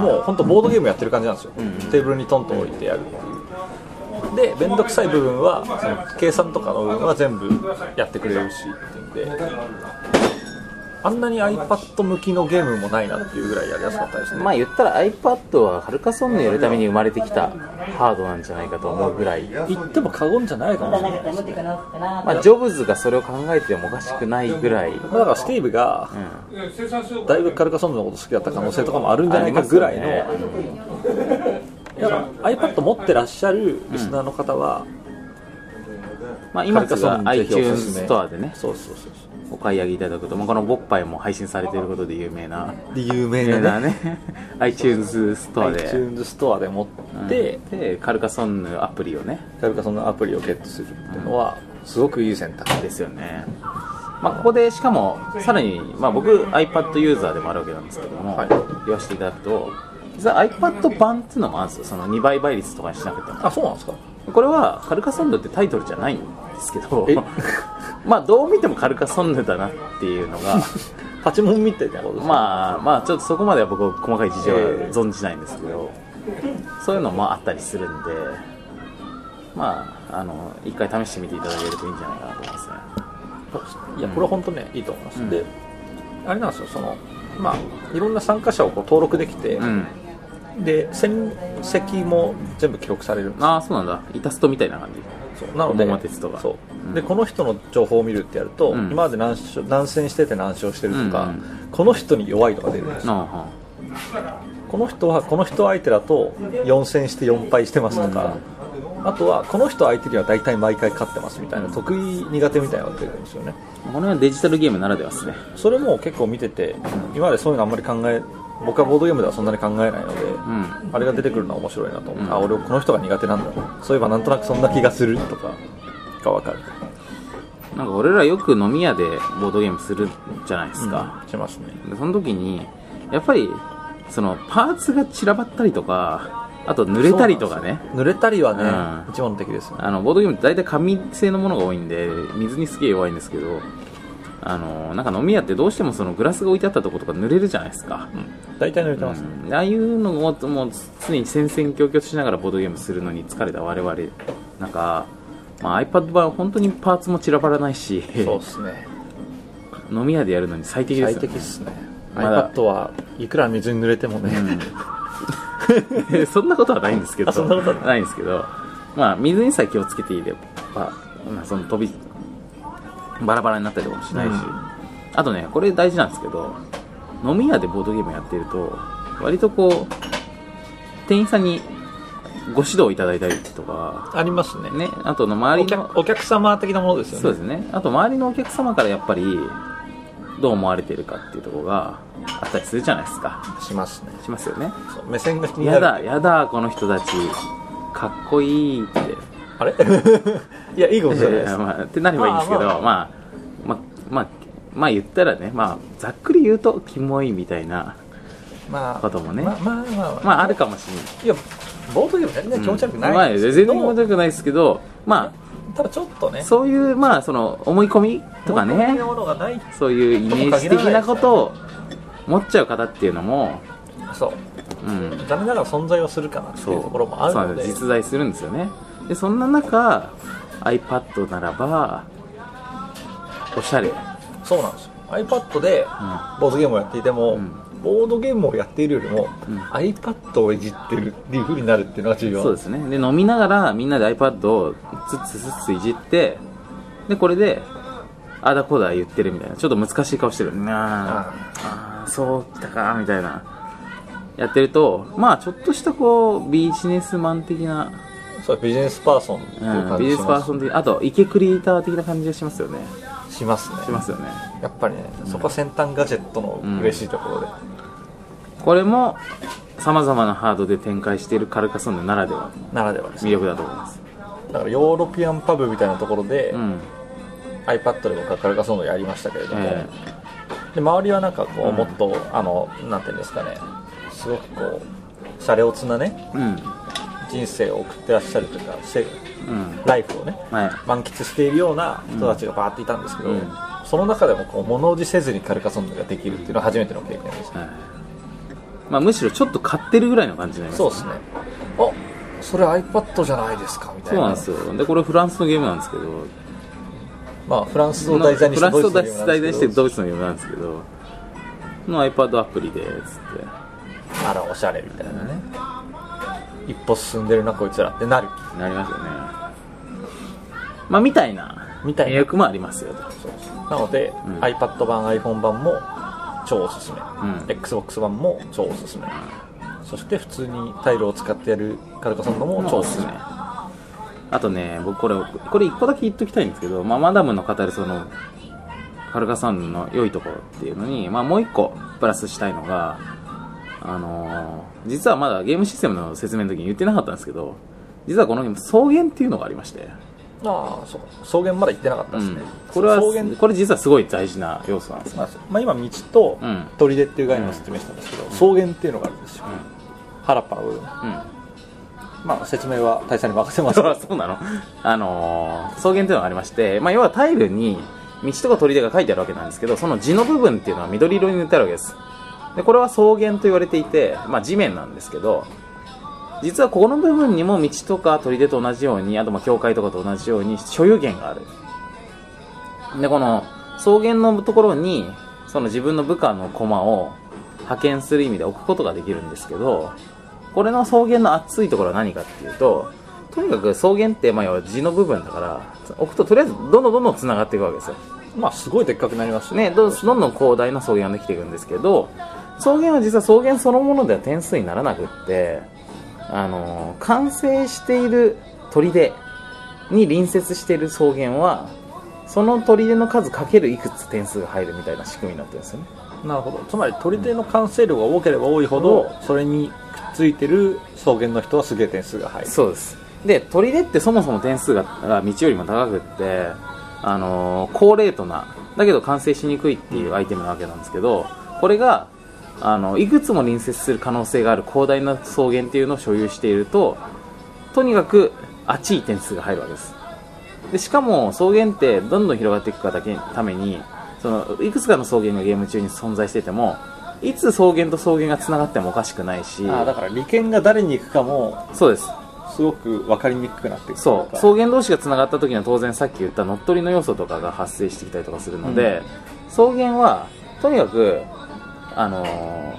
もう本当ボードゲームやってる感じなんですよ、テーブルにトントン置いてやるっていうで面倒くさい部分はその計算とかの部分は全部やってくれるしっていうんであんなに iPad 向きのゲームもないなっていうぐらいやりやすかったですね、まあ言ったら iPad はハルカソンヌやるために生まれてきたハードなんじゃないかと思うぐらい、言っても過言じゃないかもしれないですねまあ、ジョブズがそれを考えてもおかしくないぐらい、まあだからスティーブが、だいぶカルカソンヌのこと好きだった可能性とかもあるんじゃないかぐらいの、ありますよいや iPad 持ってらっしゃるリスナーの方は、まあ、今カこルカソそンヌぜひおすす iTunes めストアでねそうそうそうそお買い上げいただくと、まあ、このボッパイも配信されていることで有名なうで有名有名なね iTunes ストアで iTunes ストアで持って、ででカルカソンヌアプリをねカルカソンヌアプリをゲットするっていうのは、すごくいい選択ですよね、まあ、ここでしかもさらに、まあ、僕 iPad ユーザーでもあるわけなんですけども、はい言わせていただくと実は iPad 版っていうのもあるんですよその2倍倍率とかにしなくてもあそうなんですかこれはカルカソンヌってタイトルじゃないんですけどえ まあどう見てもカルカソンヌだなっていうの がパチモンみたいなことですかまあまあちょっとそこまでは僕細かい事情は存じないんですけど、そういうのもあったりするんでまああの一回試してみていただけるといいんじゃないかなと思いますねいやこれは本当ね、いいと思います、であれなんですよそのまあいろんな参加者をこう登録できて、うんで戦績も全部記録されるんですよああそうなんだイタストみたいな感じそうなので桃鉄とかそう、うんでこの人の情報を見るってやると、うん今まで何勝何戦してて何勝してるとうか、んうんこの人に弱いとか出るんですよあこの人はこの人相手だと4戦して4敗してますとか、あとはこの人相手には大体毎回勝ってますみたいな、得意苦手みたいなのが出てくるんですよねあこの辺はデジタルゲームならではですねそれも結構見てて今までそういうのあんまり考え僕はボードゲームではそんなに考えないので、んあれが出てくるのは面白いなと思って、うんあ俺この人が苦手なんだそういえばなんとなくそんな気がするとかが分かるなんか俺らよく飲み屋でボードゲームするじゃないですか、しますねでその時にやっぱりそのパーツが散らばったりとかあと濡れたりとかね濡れたりはね、うん一番の敵ですよねあのボードゲームって大体紙製のものが多いんで水にすげえ弱いんですけどあのなんか飲み屋ってどうしてもそのグラスが置いてあったとことか濡れるじゃないですか、大体濡れてますね、うんああいうのをもう常に戦々恐々としながらボードゲームするのに疲れた我々なんか、まあ、iPad 版は本当にパーツも散らばらないしそうっすね 飲み屋でやるのに最適です最よね適っすねまだ iPad はいくら水に濡れてもね、えそんなことはないんですけどあそんなことはないんですけど、まあ、水にさえ気をつけていれば、まあ、その飛びバラバラになったりとかもしないし、うんあとねこれ大事なんですけど飲み屋でボードゲームやってると割とこう店員さんにご指導いただいたりとか、 ありますねね、あとの周りおの客お客様的なものですよねそうですねあと周りのお客様からやっぱりどう思われてるかっていうところがあったりするじゃないですかしますねしますよねそう目線が気になやるだやだこの人たちかっこいいって、あ れいやいいことじゃないえですー まあ、ってなればいいんですけどまあまあまあまあ、まあ言ったらね、まあ、ざっくり言うとキモいみたいなまあこともねまあまあまあ、まああるかもしれないいやボードゲーム全然気持ち悪くうんまなあいんです全け然ど、気持ち悪くないですけどまただちょっとねあそういうまあその思い込みとか思い込みねのものがないそういうイメージ的なことを持っちゃう方っていうのも、そううん、残念ながら存在はするかなってそいううところもあるそうなのんでです実在するんですよねでそんな中 iPad ならばおしゃれ、うん、そうなんですよ iPad でボードゲームをやっていても、うんボードゲームをやっているよりも、うん iPad をいじってるっていう風になるっていうのが重要そうですねで飲みながらみんなで iPad をツッツツッツいじってでこれであだこだ言ってるみたいなちょっと難しい顔してるなあああーそうきたかみたいなやってるとまあちょっとしたこうビジネスマン的な、あそうビジネスパーソンっていううん、感ビジじネしスパまーす,、ソン的あとイケクリエイター的な感じがしますよねしますねしますよねやっぱりねそこは先端ガジェットの嬉しいところで、これもさまざまなハードで展開しているカルカソンヌならではのならではです魅力だと思います、だからヨーロピアンパブみたいなところで、うん、 iPad で僕はカルカソンヌやりましたけれども、えで周りはなんかこう、うんもっとあのなんていうんですかねすごくこうシャレオツなねうんうん人生を送ってらっしゃるというかせライフをねはい満喫しているような人たちがバーっていたんですけど、うんその中でもこう物おじせずにカルカソンヌができるっていうのは初めての経験でした、はいまあ、むしろちょっと買ってるぐらいの感じになりますそうですねおそれ iPad じゃないですかみたいそうななんですよでこれフランスのゲームなんですけどまあ、フランスを題材にしフラてンスをドイ題ツの材ゲームなにんですしけてどドイツのゲームなんですけどの iPad アプリでつってあらおしゃれみたいなね一歩進んでるなこいつらってなるなりますよねまあみたいなみたいな役もありますよとなので、ん iPad 版 iPhone 版も超おすすめ、ん XBOX 版も超おすすめ、そして普通にタイルを使ってやるカルカソンドも超おすすめ、あとね僕これこれ一個だけ言っときたいんですけど、まあ、マダムの語るそのカルカさんの良いところっていうのに、まあ、もう一個プラスしたいのがあのー実はまだゲームシステムの説明の時に言ってなかったんですけど実はこのゲーム草原っていうのがありまして、ああそう草原まだ行ってなかったですね、これは草原これ実はすごい大事な要素なんですよまあまあ、今道とうん砦っていう概念を説明したんですけど、草原っていうのがあるんですよ、原っぱの部分うんまあ説明は大佐に 任せますあそうなのあのー草原というのがありまして、まあ、要はタイルに道とか砦が書いてあるわけなんですけどその地の部分っていうのは緑色に塗ってあるわけですでこれは草原と言われていて、まあ、地面なんですけど実はここの部分にも道とか砦と同じようにあとまあ教会とかと同じように所有権があるでこの草原のところにその自分の部下の駒を派遣する意味で置くことができるんですけどこれの草原の熱いところは何かっていうととにかく草原ってまあ要は地の部分だから置くととりあえずどんどんどんどんつながっていくわけですよまあすごいでっかくなりますねね、どんどんどん広大な草原ができていくんですけど草原は実は草原そのものでは点数にならなくってあの完成している砦に隣接している草原はその砦の数かけるいくつ点数が入るみたいな仕組みになってるんですよねなるほどつまり砦の完成量が多ければ多いほど、それにくっついてる草原の人はすげえ点数が入るそうですで砦ってそもそも点数がが道よりも高くってあのー高レートなだけど完成しにくいっていうアイテムなわけなんですけどこれがあのいくつも隣接する可能性がある広大な草原っていうのを所有しているととにかくあっちい点数が入るわけですでしかも草原ってどんどん広がっていくかだけためにそのいくつかの草原がゲーム中に存在しててもいつ草原と草原がつながってもおかしくないしああだから利権が誰に行くかもそうですすごく分かりにくくなってくるそう草そう原同士がつながった時には当然さっき言った乗っ取りの要素とかが発生してきたりとかするので、草原はとにかくあのー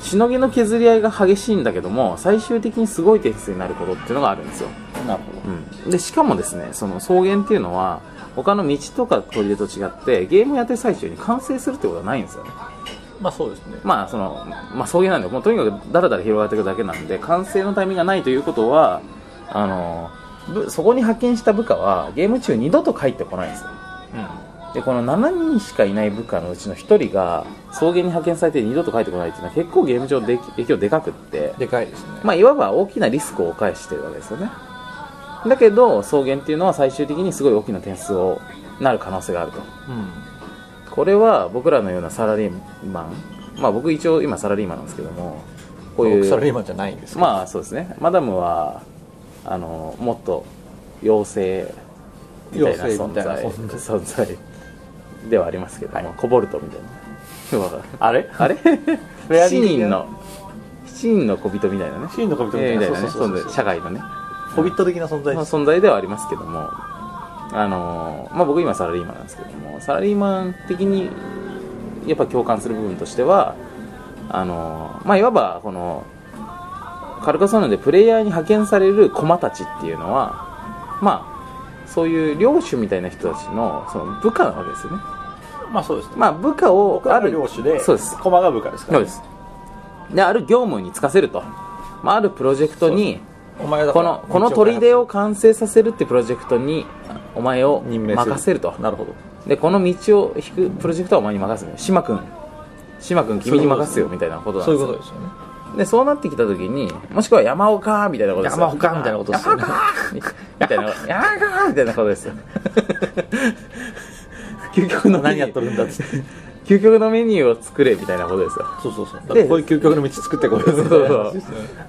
しのぎの削り合いが激しいんだけども最終的にすごい点数になることっていうのがあるんですよ、なるほどうん、でしかもですねその草原っていうのは他の道とか砦と違ってゲームやってる最中に完成するってことはないんですよねまあそうですねまあそのまあ草原なんでもうとにかくだらだら広がっていくだけなんで完成のタイミングがないということはあのぶそこに派遣した部下はゲーム中二度と帰ってこないんですよ、でこの7人しかいない部下のうちの1人が草原に派遣されて二度と帰ってこないっていうのは結構ゲーム上で影響でかくってでかいですね、まあ、いわば大きなリスクを冒してるわけですよねだけど草原っていうのは最終的にすごい大きな点数をなる可能性があるとうんこれは僕らのようなサラリーマンまあ僕一応今サラリーマンなんですけどもこうい僕サラリうーマンじゃないんですけどまあそうですねマダムはあのもっと妖精みたいな妖精存みたいな在存在存在ではありますけども、コボルトみたいなわかるあれ あれェア7リー的な人の7人の小人みたいなねシーンの小人みえたーいみな、たいなねそうそうそうそそうう社会のねホビット的な存ま在であ、す、存在ではありますけども、あのーまあ、僕今サラリーマンなんですけどもサラリーマン的にやっぱ共感する部分としてはあのーまあ、いわばこのカルカソンヌでプレイヤーに派遣される駒たちっていうのはまあそういう領主みたいな人たちのその部下なわけですよね、まあそうですねまあ、部下を僕らが領主でそうです駒が部下ですかそうらですである業務に就かせると、まあ、あるプロジェクトにお前だかこらのこの砦を完成させるってプロジェクトにお前を任命する任せるとなるほどでこの道を引くプロジェクトはお前に任せる島君島君君に任せよみたいなことなんそでうすいうよことですよねでそうなってきた時にもしくは山岡みたいなことですよ山岡みたいなことですよねみたいな山岡みたいなことですよ究極のメニュー 何やっとるんだっつって究極のメニューを作れみたいなことですよそうそうそうだってこういう究極の道作ってこいよそうそうそう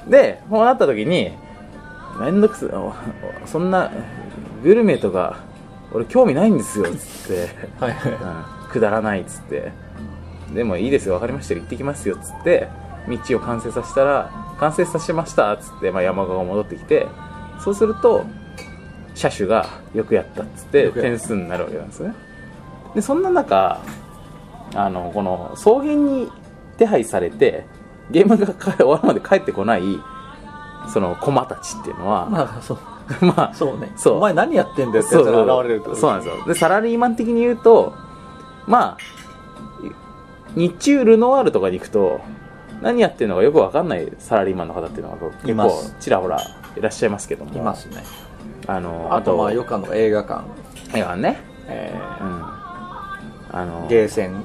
でこうなった時にめんどくせおおそんなグルメとか俺興味ないんですよっつって、はいはいうんくだらないっつってでもいいですよ分かりましたよ行ってきますよっつって道を完成させたら完成させましたっつって、まあ、山川が戻ってきてそうすると車種がよくやったっつって点数になるわけなんですねでそんな中あのこの草原に手配されてゲームが終わるまで帰ってこないその駒たちっていうのは、 ままあそうあ、そうねそうお前何やってんだよっそてやうつそうが現れるってことそうなんですよでサラリーマン的に言うとまあ日中ルノワールとかに行くと何やってるのかよく分かんないサラリーマンの方っていうのがい結ま構すちらほらいらっしゃいますけどもいますねあのああととまあよくあの映画館、映画ね、えうん、あのー、ゲーセン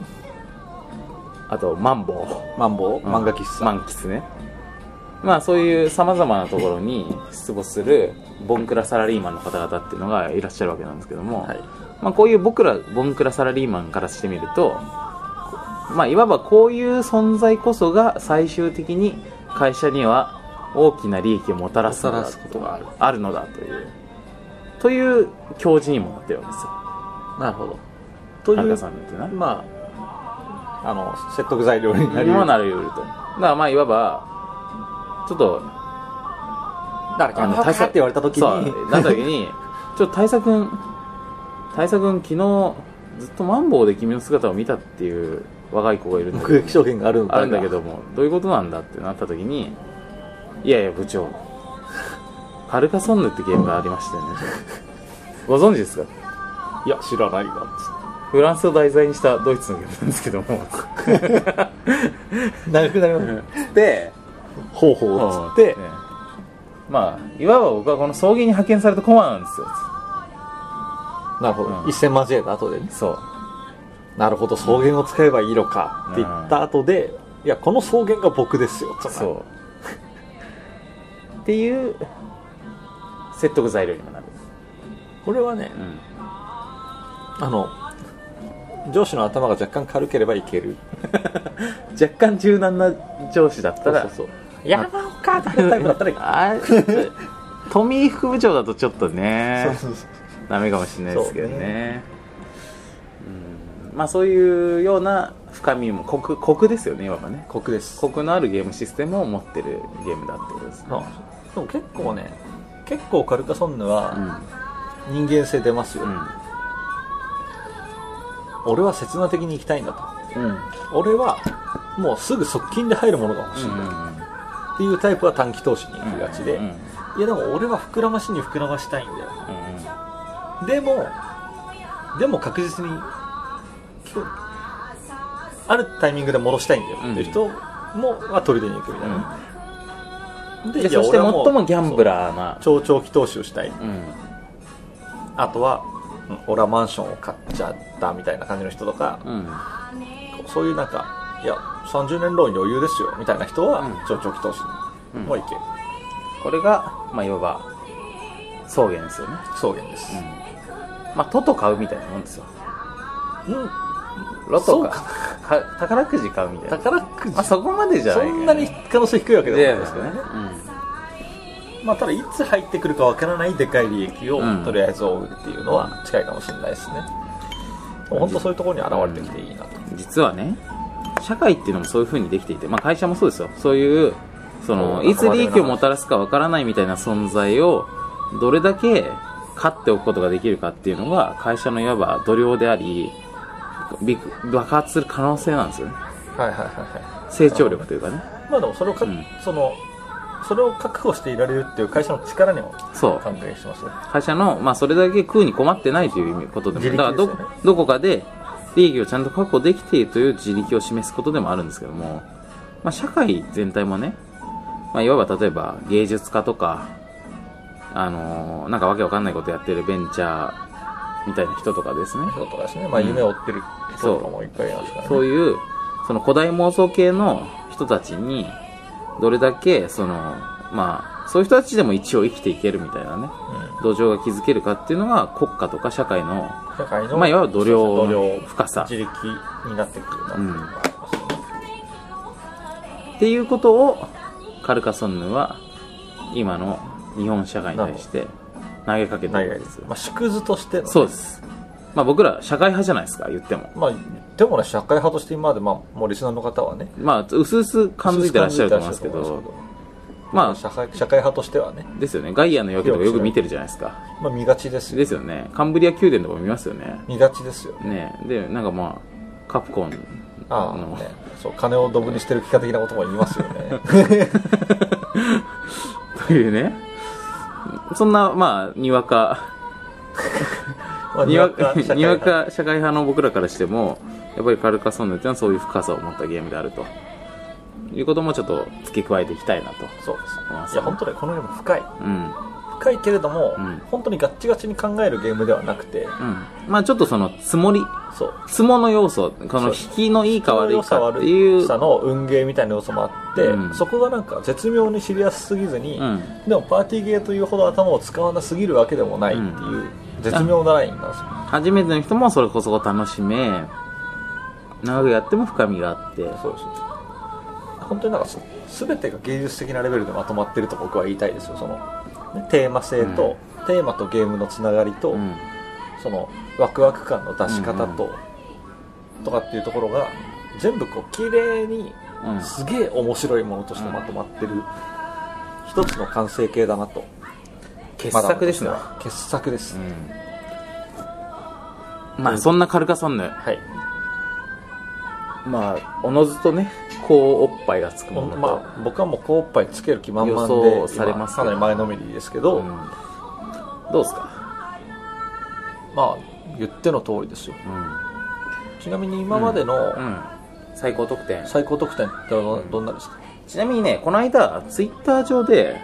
あとマンボウマンボウ漫画喫茶、満喫ねまあそういうさまざまなところに出没するボンクラサラリーマンの方々っていうのがいらっしゃるわけなんですけども、はいまあ、こういう僕らボンクラサラリーマンからしてみると、まあ、いわばこういう存在こそが最終的に会社には大きな利益をもたらすのだもたらすことがあるあるのだというという教示にもなってるわけですよなるほどと田いう中さんっていうのはまああの説得材料になりにもなだりうるとだからまあいわばちょっとからキャンパーって言われた時そうになった時にちょっと大佐君大佐君昨日ずっとマンボウで君の姿を見たっていう若い子がいるんだけど 目撃証言があるんだあるんだけどもどういうことなんだってなった時にいやいや部長カルカソンヌってゲームがありましてねご存知ですかいや知らないわフランスを題材にしたドイツのゲームなんですけども長くなりますでほうほうっつってねまあいわば僕はこの草原に派遣されたコマなんですよなるほうどん一戦交えた後でねそうなるほど草原を使えばいいのかって言った後でいやこの草原が僕ですよとかそうっていう説得材料にもなる、これはねうん、あの上司の頭が若干軽ければいける若干柔軟な上司だったらそうそうそう山岡ってタイプだったらいいあー富井副部長だとちょっとねそうそうそうダメかもしれないですけどねうんまあそういうような深みもコクコクですよねいわばねコクですコクのあるゲームシステムを持ってるゲームだってことですねでも結構ね結構カルカソンヌうはん人間性出ますよ、うん俺は刹那的に行きたいんだとうんうん俺はもうすぐ側近で入るものが欲しいんだっていうタイプは短期投資に行きがちで、うんうんいやでも俺は膨らましに膨らましたいんだよでもでも確実に今日あるタイミングで戻したいんだよっていう人も、は取り出に行くみたいな、ででいそやして俺最はうもギャンブラーなそう超長期投資をしたいうんあとは、うん俺はマンションを買っちゃったみたいな感じの人とか、うんそういうなんかいや30年ローン余裕ですよみたいな人は、うん超長期投資にもういける、これがまあいわば草原ですよね草原です、まあトト買うみたいなもんですようんロトそうかか宝くじ買うみたいな宝くじ、まあそこまでじゃそないんなに可能性低いわけでではないでですすけどよねね、まあ、ただいつ入ってくるかわからないでかい利益をうんとりあえず追うっていうのは近いかもしれないですね、でも本当そういうところに現れてきていいなと、実はね社会っていうのもそういう風にできていて、まあ、会社もそうですよそういうそのうんいつ利益をもたらすかわからないみたいな存在をどれだけ勝っておくことができるかっていうのが会社のいわば度量でありび爆発する可能性なんですよねはいはいはいは成長力というかねいまあでもそれをか、うんそのそれを確保していられるっていう会社の力にもそう関係してますよ会社の、まあ、それだけ食うに困ってないという意味ことでも自だから力ですどよねどこかで利益をちゃんと確保できているという自力を示すことでもあるんですけども、まあ、社会全体もね、まあ、いわば例えば芸術家とか、あのーなんかわけわかんないことやってるベンチャーみたいな人とかですね仕事がですね、まあ、夢を追ってる人とかもいっぱいいますからね、そういうその古代妄想系の人たちにどれだけそのまあそういう人たちでも一応生きていけるみたいなね土壌が築けるかっていうのが国家とか社会のうん社会の、まあいわゆる度量そうですね深さ自力になってくるなっていうのがありますよね、っていうことをカルカソンヌは今の日本社会に対して投げかけてないるでんですすよ、まあ、縮図としてのそうです、まあ、僕ら社会派じゃないですか言ってもまあ、でもね、社会派として今まで、まあ、もうリスナーの方はね、まあうすうす感づいてらっしゃると思いますけど薄々感づいてらっしゃると思いますまあ社会社会派としてはね、ですよねガイアの夜明けとかよく見てるじゃないですかまあ、見がちですよですよねカンブリア宮殿とかも見ますよね見がちですよねでなんかまあカプコンああ、のね、そう金をドブにしてる機械的なことも言いますよ ねというねそんなまあにわかまあ にわか社会派にわか社会派の僕らからしてもやっぱりカルカソンヌっていうのはそういう深さを持ったゲームであるということもちょっと付け加えていきたいなとそうで思いますすいや本当にこのゲーム深いうん深いけれども、うん本当にガッチガチに考えるゲームではなくてうんまあちょっとその積もりそう積もの要素このそう引きのいいか悪いかってい良うさの運ゲーみたいな要素もあって、うんそこがなんか絶妙にシリアスすぎずに、うんでもパーティーゲーというほど頭を使わなすぎるわけでもないっていう、絶妙なラインなんですよ初めての人もそれこそ楽しめ長くやっても深みがあってそうです本当になんかす全てが芸術的なレベルでまとまってると僕は言いたいですよその、ねテーマ性と、テーマとゲームのつながりと、うんそのワクワク感の出し方と、とかっていうところが全部こう綺麗にうんすげえ面白いものとしてまとまってる、一つの完成形だなと傑作ですねまだ私は傑作です、まあそんなカルカソンヌはいまあおのずとねこうおっぱいがつくものと、まあ僕はもう高おっぱいつける気満々予想でされますけど今かなり前のめりですけど、うんどうですか、まあ言っての通りですようんちなみに今までの最高得点最高得点ってどどんなですか、ちなみにねこの間ツイッター上で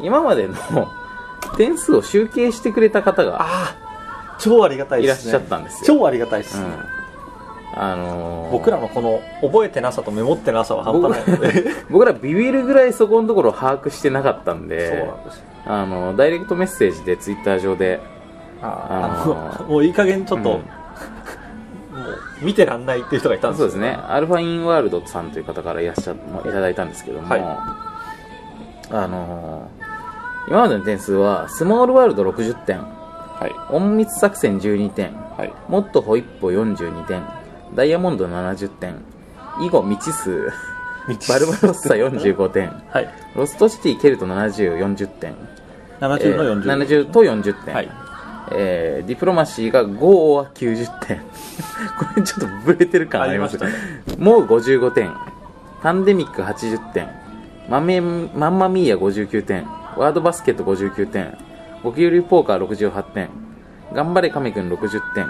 今までの点数を集計してくれた方がああ超ありがたいいでらっすねしゃったんですよ、超ありがたいです、うんあのー僕らのこの覚えてなさとメモってなさは半端ないの で僕らビビるぐらいそこのところを把握してなかったんでそうなんですよあのダイレクトメッセージでツイッター上でああのーのもういい加減ちょっと、うんもう見てらんないっていう人がいたんですそうよですねアルファインワールドさんという方からいらっしゃもういただいたんですけども、はいあのー今までの点数はスモールワールド60点はい。隠密作戦12点はい。もっとホイップ42点ダイヤモンド70点以後未知数バルバロッサ45点はいロストシティケルト7040点70の40、えー70と40点、はいえーディプロマシーが5は90点 これちょっとブレてる感ありますありまもう55点パンデミック80点マメマンマミーヤ59点ワードバスケット59点ゴキュリポーカー68点頑張れ亀くん60点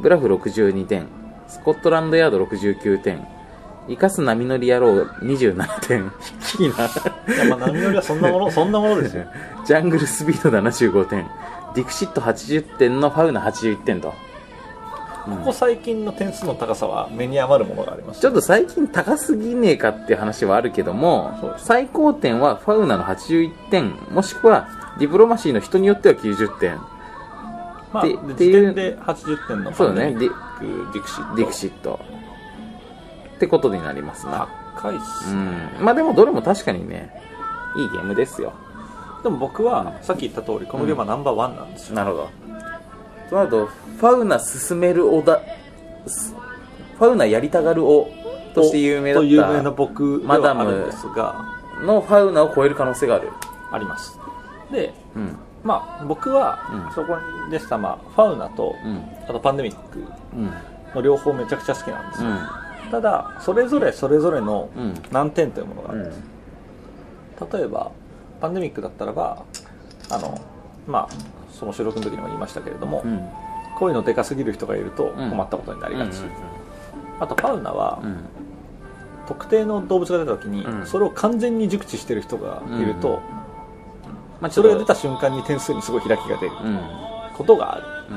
ブラフ62点スコットランドヤード69点生かす波乗り野郎27点 低いないやまあ何よりはそんな ものそんなものですよジャングルスピード75点、ディクシット80点のファウナ81点と。ここ最近の点数の高さは目に余るものがありますちょっと最近高すぎねえかっていう話はあるけども、最高点はファウナの81点、もしくはディプロマシーの人によっては90点。まあ、ででって時いう点で80点のそうだねパンデミックディクシットディクシット。ってことになりますな。高いっすうね、ん。まあでもどれも確かにね、いいゲームですよ。でも僕はさっき言った通りこのゲームはナンバーワンなんですよ、なるほど。となると、ファウナ進めるおだ、すファウナやりたがるおとして有名だっとた。有名な僕でマダはムあるんですがのファウナを超える可能性がある。ありますでうん。まあ僕うはんそこに出した、まあ、ファウナと、うん。あとパンデミックうん。の両方めちゃくちゃ好きなんですうよ、ん。ただそれぞれそれぞれのうん。難点というものがあうる、ん。例えばパンデミックだったらばあのまあその収録の時にも言いましたけれども、うん。声のでかすぎる人がいるとうん困ったことになりがち、うあとパウナは、ん。特定の動物が出た時に、うんそれを完全に熟知してる人がいるうんと、まあそれが出た瞬間に点数にすごい開きが出るうん。ことがあうん。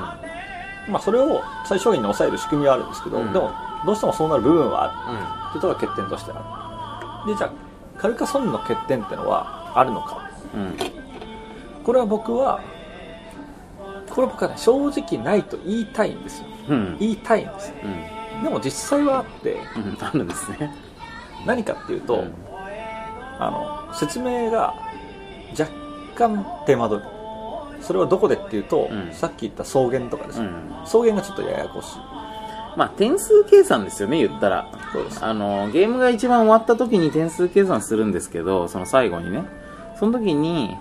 る、まあ、それを最小限に抑える仕組みはあるんですけど、うんでもどうしてもそうなる部分はあるっていうことが欠点としてあるでじゃあカルカソンヌの欠点ってのはあるのかうん。これは僕はこれは僕はね正直ないと言いたいんですようん。言いたいんですよでも実際はあってうん。あるんですね。何かっていうと、あの説明が若干手間取るそれはどこでっていうと、うんさっき言った草原とかですうね、ん。草原がちょっとややこしいまあ、点数計算ですよね、言ったら。あの、ゲームが一番終わった時に点数計算するんですけど、その最後にね。その時に、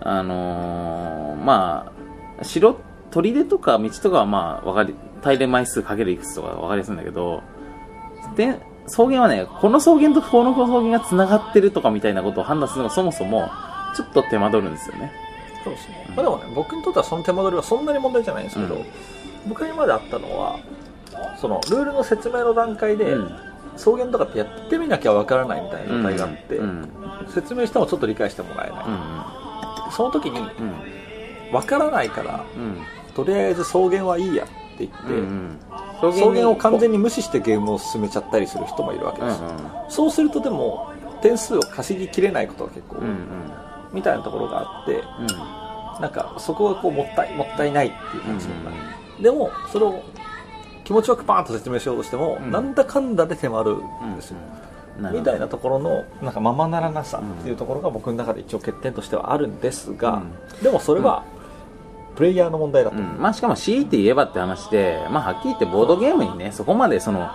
あのーまあ、城、砦とか道とかはまあ、わかり、大連枚数かけるいくつとかわかりやすいんだけど、で、草原はね、この草原とこの草原が繋がってるとかみたいなことを判断するのがそもそも、ちょっと手間取るんですよね。そうですね、まあ、でもね僕にとってはその手間取りはそんなに問題じゃないんですけど、うん僕が今まであったのはそのルールの説明の段階で、うん草原とかってやってみなきゃわからないみたいな状態があって、うん。うん。説明してもちょっと理解してもらえない、その時うにん。わからないからうん。とりあえず草原はいいやって言って、うん。草原を完全に、に無視してゲームを進めちゃったりする人もいるわけうんでうす、ん。そうするとでも点数を稼ぎきれないことが結構、うんうんみたいなところがあってうんなんかそこがこうもったいもったいないっていううん感じなんだ、でもそれを気持ちよくパーンと説明しようとしても、うんなんだかんだで手間るんですよ、うんるほどみたいなところのなんかままならなさっていうところが僕の中で一応欠点としてはあるんですが、でもそれはプレイヤーの問題だと、うんまあしかも強いて言えばって話で、まあはっきり言ってボードゲームにね、そこまでその、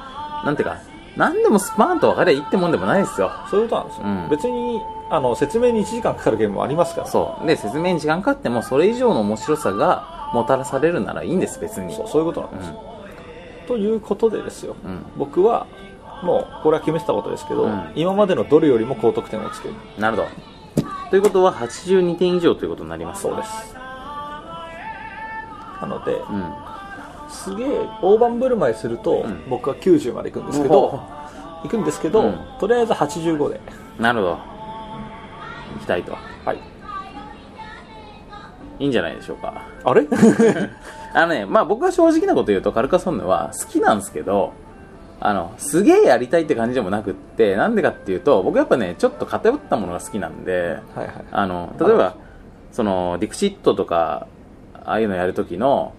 なんていうか、何でもスパーンと分かればいいってもんでもないですよ。そういうことなんですよ、うん別にあの説明に1時間かかるゲームもありますからそう。で、説明に時間かかっても、それ以上の面白さがもたらされるならいいんです、別に。そうそういうことなんですよ、ということでですよ、うん僕はもうこれは決めてたことですけど、うん今までのどれよりも高得点をつけるなるほど。ということは、82点以上ということになります。そうで。すなのでうん。すげえ大盤振る舞いすると、ん僕は90まで行くんですけど、おお行くんですけど、うんとりあえず85でなるほど。行きたいと。はいいいんじゃないでしょうか。あれあのね、まあ僕は正直なこと言うとカルカソンヌは好きなんですけど、あの、すげえやりたいって感じでもなくって、なんでかっていうと、僕やっぱね、ちょっと偏ったものが好きなんで、はいはいあの、例えば、その、ディクシットとか、ああいうのやるときの、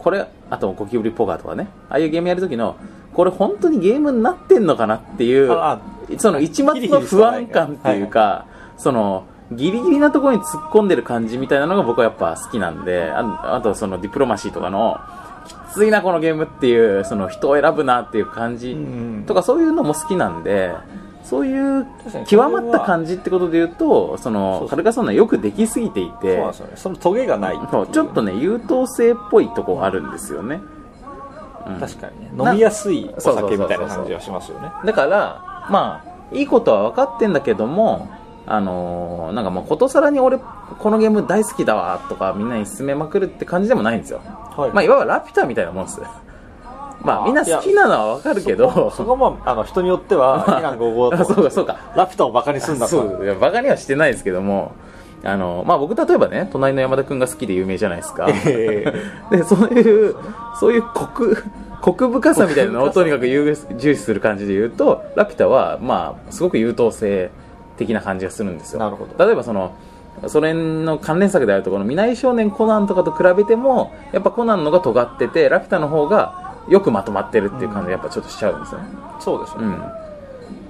これ、あとゴキブリポカーとかね、ああいうゲームやるときの、これ本当にゲームになってんのかなっていう、あその一抹の不安感っていうか、その、ギリギリなところに突っ込んでる感じみたいなのが僕はやっぱ好きなんで、ああとそのディプロマシーとかの、きついなこのゲームっていう、その人を選ぶなっていう感じうんとかそういうのも好きなんで、そういう確かに極まった感じってことで言うと、そそうそのうカルカソンヌはよくできすぎていそうてなん、ですよねそのトゲがないっていうそうちょっとね、優等生っぽいとこあるんですよね。うん確かにね飲みやすいおそうそうそうそ酒うみたいな感じがしますよねだから、まあ、いいことは分かってんだけども、あのーなんかもうことさらに俺、このゲーム大好きだわとかみんなに勧めまくるって感じでもないんですよ。はいまあ、いわばラピュタみたいなもんです。まあ、みんな好きなのは分かるけど、そこもあの人によっては非難合合だとあそうか、そうか。ラピュタをバカにするんだとそういやバカにはしてないですけどもあの、まあ、僕例えばね隣の山田君が好きで有名じゃないですか、 でそういうそういうコクコク深さみたいなのをとにかく優重視する感じで言うと「ラピュタは」まあ、すごく優等生的な感じがするんですよなるほ例えばそのそれの関連作であるところの「未来少年コナン」とかと比べてもやっぱコナンのが尖ってて「ラピュタ」の方がよくまとまってるっていう感じがやっぱちょっとしちゃうんですよね、そうですようね、ん、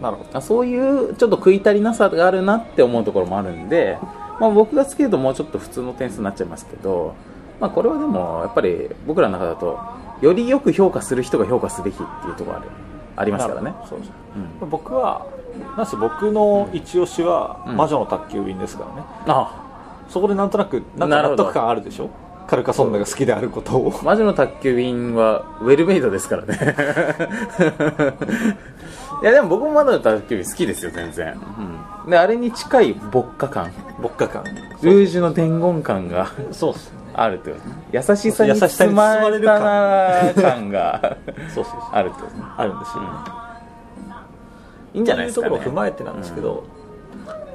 なるほどあそういうちょっと食い足りなさがあるなって思うところもあるんで、まあ、僕がつけるともうちょっと普通の点数になっちゃいますけど、まあ、これはでもやっぱり僕らの中だとよりよく評価する人が評価すべきっていうところあるありますからねなるほどそうです僕はなんせ僕の一押しはうん魔女の宅急便ですからね、あそこでなんとなくなんなかるほ納ど得感あるでしょカルカソンヌが好きであることを魔女の宅急便はウェルメイドです からねいやでも僕も魔女の宅急便好きですよ全然、うん、であれに近い牧歌感牧歌感ルージュの伝言感がそうっすねあるってことね優しさに優しさに包包ままれれたるな感 がそうそうそうあるってことねあるんですよ、ねいいんじゃないですかというところを踏ねまえてなんですけど、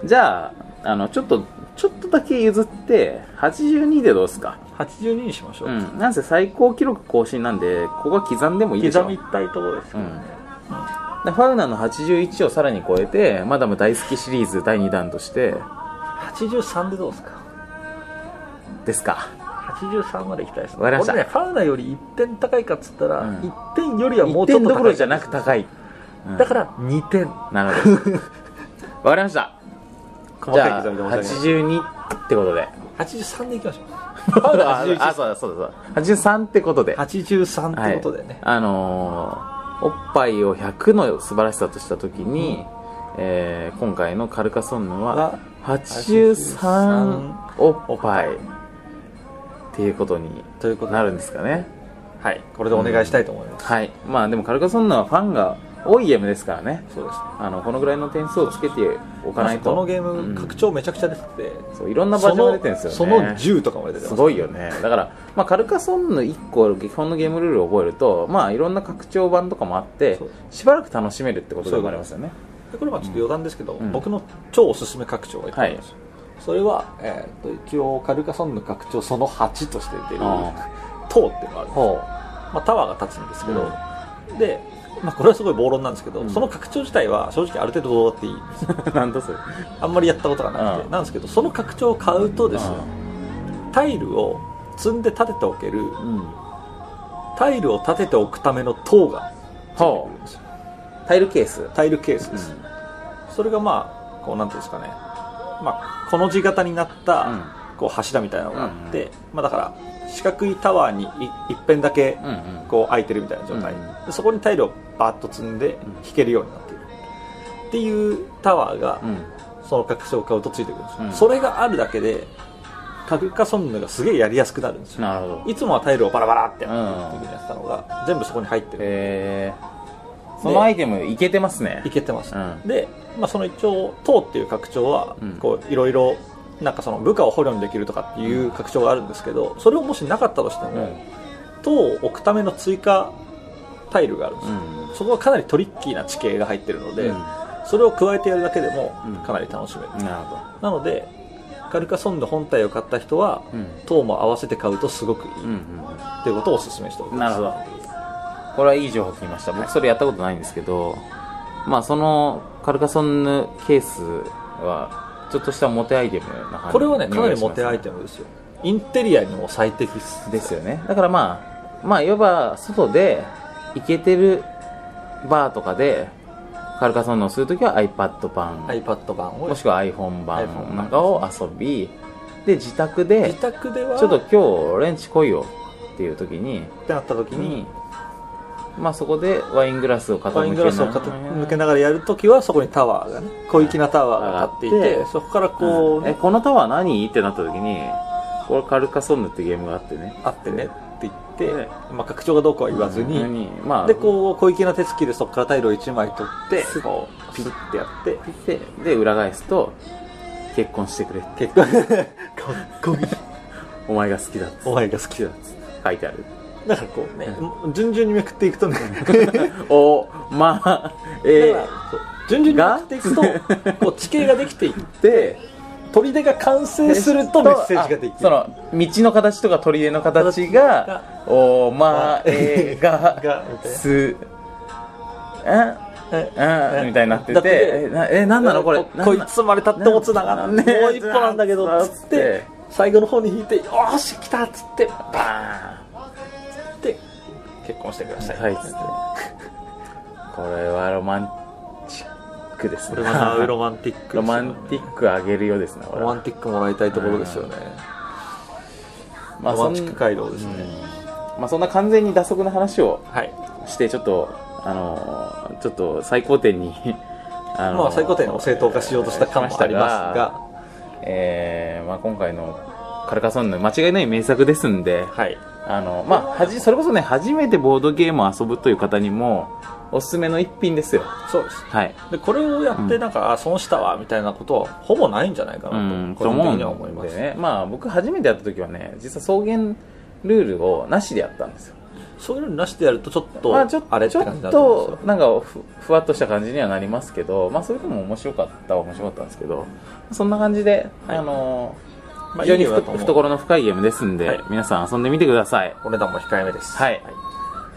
じゃああのちょっとちょっとだけ譲って82でどうですか82にしましょう、うんなんせ最高記録更新なんでここは刻んでもいいでしょ刻みたいところですけうどんでファウナーの81をさらに超えてマダム大好きシリーズ第2弾として83でどうですかですか83までいきたいですねわかりました俺ねファウナより1点高いかっつったら、うん1点よりはも1うち点ょっとどこ高ろいじゃなく高いだから2点なるほどわかりましたじ細かゃいあ刻みで申し訳ない82ってことで83でいきましょうパウダ ーあ、そうだそうだそうだ。83ってことで。 83ってことだよはいね、、あのーおっぱいを100の素晴らしさとしたときに、えー今回のカルカソンヌはは83おっぱいっていうことにということでなるんですかねはい、これでお願いしたいと思います、はいまあでもカルカソンヌはファンが多い m ですからねそうですねあのこのぐらいの点数をつけておかないとこのゲーうんム拡張めちゃくちゃ出てて、そういろんなバーそジョンが出のてるんですよねその10とかまで出てますすごいよねだから、まあ、カルカソンヌ1個基本のゲームルールを覚えると、まあ、いろんな拡張版とかもあってそうしばらく楽しめるってことでもありますよねでこれはちょっと余談ですけど、ん僕の超おすすめ拡張がいっぱいあります、それは、えー、と一応カルカソンヌ拡張その8として出るあ塔っていうのがあるんですほまあ、タワーが立つんですけど、で、まあ、これはすごい暴論なんですけど、その拡張自体は正直ある程度どうだっていいんですようなんだそれあんまりやったことがなくて、うんなんですけどその拡張を買うとですよ、タイルを積んで立てておけるうんタイルを立てておくための塔がほうタイルケースタイルケースです、それがまあこうなんていうんですかね、まあ、この字型になった、うんこう柱みたいなのがあって、まあ、だから四角いタワーにい一辺だけうんうんこう空いてるみたいな状態、うんでそこにタイルをバーッと積んで引けるようになっているっていうタワーがうんその拡張を買うとついてくるんですよ、うんそれがあるだけで格下ソンヌがすげえやりやすくなるんですよなるほどいつもはタイルをバラバラってやってる時にやってたのが全部そこに入ってるえー、そのアイテムいけてますねいけてます、うんで、まあ、その一応塔っていう拡張はうんこういろいろなんかその部下を捕虜にできるとかっていう拡張があるんですけどそれをもしなかったとしてうんも、塔を置くための追加タイルがあるんですうよ、んそこはかなりトリッキーな地形が入ってるので、うんそれを加えてやるだけでもうんかなり楽しめる、なるほなのでカルカソンヌ本体を買った人は、どうん塔も合わせて買うとすごくいい、うんっていうことをお勧めしておりうんまなるほどこれはいい情報聞きました僕それやったことないんですけど、まあそのカルカソンヌケースはちょっとしたモテアイテムな感すじこれはねかなりモテアイムテムですよインテリアにも最適ですですよねだからまあまあいわば外でイケてるバーとかでカルカソンヌをするときは iPad 版、 iPad 版をもしくは iPhone 版 iPhone なんかを遊びで自宅で自宅ではちょっとっ今日レンチ来いよっていう時にてなった時時にに、まあそこでワイングラスを傾けなワイングラスを傾けながらやるときはそこにタワーがね小粋なタワーが立っていあてってそこからこうえね、このタワー何ってなった時にこれカルカソンヌってゲームがあってねあってねって言ってね、まあ、拡張がどうかは言わずに、何まあでこう小粋な手つきでそこからタイルを1枚取ってスッこうピッてやってでで裏返すと結婚してくれ結果かっこいいお前が好きだっつお前が好きだ書いてあるだからこうね、順々にめくっていくとねおまあえだからそう 順々にめくっていくとこう地形ができていっー、で砦が完成するとメッセージができるその道の形とか砦の形が「お 前ががみたいなす」えええみたいになってだてっえてなえなんなのこれなんなこいつ生まれたってもつながってなんなんもう一歩なんだけどなんつって最後の方に引いてよーし来たっつってバーンって結婚してくださいはいっつってこれはロマンチックですこねれまたロマンティックですロよねマンティックあげるようですね俺ロマンティックもらいたいところですよねまあロそマんンチック街道ですねまあそんな完全に打足の話をはいしてちょっとあのーちょっと最高点にあまあ最高点を正当化しようとした感もありますがえーまあ、今回のカルカソンヌ間違いない名作ですんで、はいあのまあ、はじそれこそね初めてボードゲームを遊ぶという方にもおすすめの一品ですよそうですはい、でこれをやってなんか、あ損したわみたいなことはほぼないんじゃないかう、なんとと個人思的うんには思いまですねまあ僕初めてやった時はね実は草原ルールをなしでやったんですよそういうのなしでやるとちょっと、まあ、ちょっとあれってちょ感っじになると思うんでとなんかふふわっとした感じにはなりますけど、まあ、それでも面白かったは面白かったんですけどそんな感じで、はいあのすよ、まあ、非常にいいよふだとと思う懐の深いゲームですんで、はい皆さん遊んでみてくださいお値段も控えめですはい。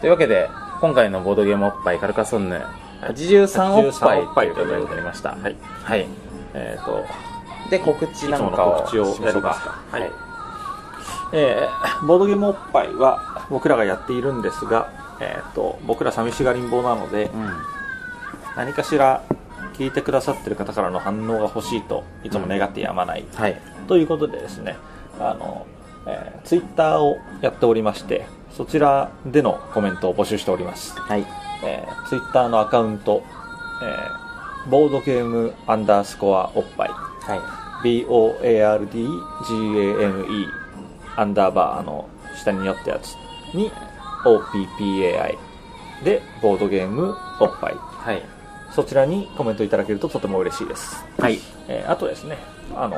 というわけで、今回のボードゲームおっぱいカルカソンヌ、83おっぱい83おっぱいということになりました。はい、はい。えっ、とで、告知いつなもんのかを告知をしまやしょりうかますかはい、えーボードゲームおっぱいは僕らがやっているんですが、えー、と僕ら寂しがりん坊なので、何かしら聞いてくださってる方からの反応が欲しいといつも願ってやまない、はい。ということでですねあのえー、ツイッターをやっておりましてそちらでのコメントを募集しております、はい。えー、ツイッターのアカウント、えー、ボードゲームアンダースコアおっぱいは BOARDGAME アンダーバーあの下に寄ったやつに OPPAI でボードゲームおっぱいい。はい。そちらにコメントいただけるととても嬉しいです、はい。えーあとですねあの、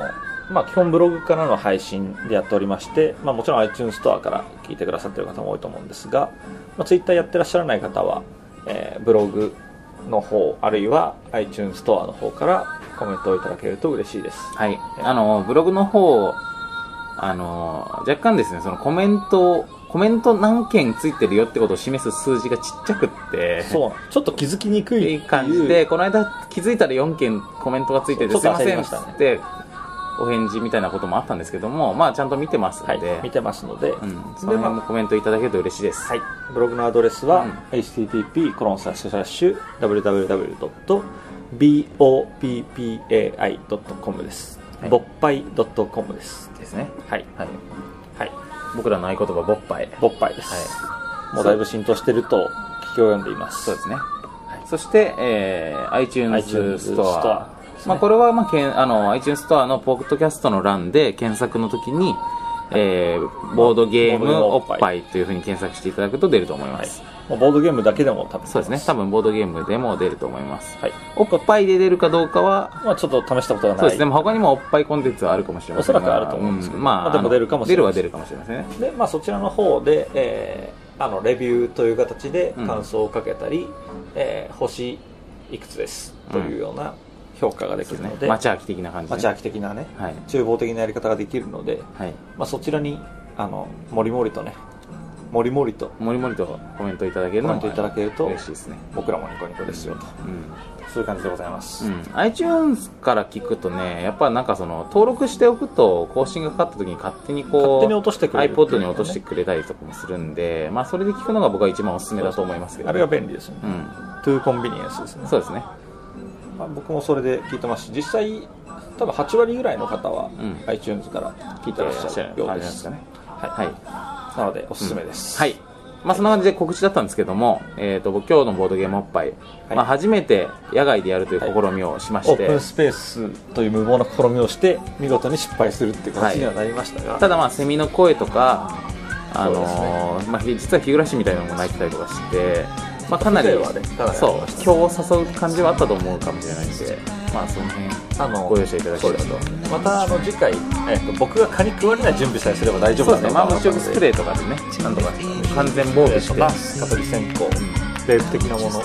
まあ、基本ブログからの配信でやっておりまして、まあ、もちろん iTunes ストアから聞いてくださってる方も多いと思うんですが、まあ、Twitter やってらっしゃらない方は、えーブログの方あるいは iTunes ストアの方からコメントをいただけると嬉しいですはい。あの、ブログの方、あの、若干ですね、そのコメント、コメント何件ついてるよってことを示す数字がちっちゃくって、そうちょっと気づきにくいいい感じで、この間気づいたら4件コメントがついてそて、すいうませちょんっっと焦りましつたねって、お返事みたいなこともあったんですけども、まあちゃんと見てますはいので、見てますので、うん、その辺もコメントいただけると嬉しいです。はい、ブログのアドレスは、うん http コロンスラッシュスラッシュ www.boppai.com です、はいぼっぱい .com ですですね。はいはい。はい僕らの合言葉、ぼっぱい。ぼっぱいです、もうだいぶ浸透してると聞き及んでいますそうですね。そして、えー iTunes ストア。ですねまあ、これは、まあ、けんあの iTunes ストアのポッドキャストの欄で検索の時に、えーボードゲームおっぱいというふうに検索していただくと出ると思います、もうボードゲームだけでも多分そうですね多分ボードゲームでも出ると思います、はいおっぱいで出るかどうかはまあちょっと試したことがないそうですね、まあ他にもおっぱいコンテンツはあるかもしれませんがおそらくあると思うんですけどうまあまあでも出るかもしれないあの出るは出るかもしれませんねで、まあ、そちらの方で、えーあのレビューという形でうん感想をかけたり、えー星いくつですというような評価ができるので、マチャーキ的な感じ、ね、街秋的なねはい厨房的なやり方ができるので、はいまあ、そちらにあのもりもりとねもりもりともりもりとコメントいただけるのコメントいただけると嬉しいですね僕らもニコニコですよとうんそういう感じでございます、うん、iTunes から聞くとねやっぱなんかその登録しておくと更新がかかった時に勝手にこ勝う手に落としてくれる iPod に落としてくれたりとかもするんで、まあ、それで聞くのが僕は一番おすすめだと思いますけどあれが便利ですよね、うんトゥーコンビニエンスですねそうですねまあ、僕もそれで聞いてますし実際多分8割ぐらいの方は、ん iTunes から聞いてらっしゃるようですあれなんでははい、い、なのでおすすめです、はいまあ、そんな感じで告知だったんですけども、えー、と僕今日のボードゲームおっぱい、はいまあ、初めて野外でやるという試みをしまオしーて、プンスペースという無謀な試みをして見事に失敗するっていう形にはなりましたが、ただまあセミの声とかあそうですのーまあ、実は日暮らしみたいなのも鳴いてたりとかして、まあ、かなり風情はねかなりありましたそう今日誘う感じはあったと思うかもしれないんで、まあ、その辺あのご容赦いただければとそうですまたあの次回、えっと僕が蚊に食われない準備さえすれば大丈そう夫ですねだと思まあもうちろんスプレーーとかでねなんとか完全防備してマスカトリ線香、レープ的なもの、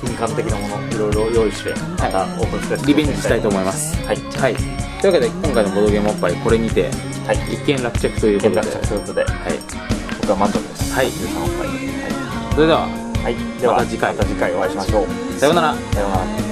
金管的なものいろいろ用意してまたオープンスペースリベンジしたいと思いますはいはいというわけで今回のボードゲームおっぱいこれにてはい一件落着ということで見学者ということではい、僕は満足ですはい13おっぱいそれでははい、ではまた次回また次回お会いしましょうさようならさようなら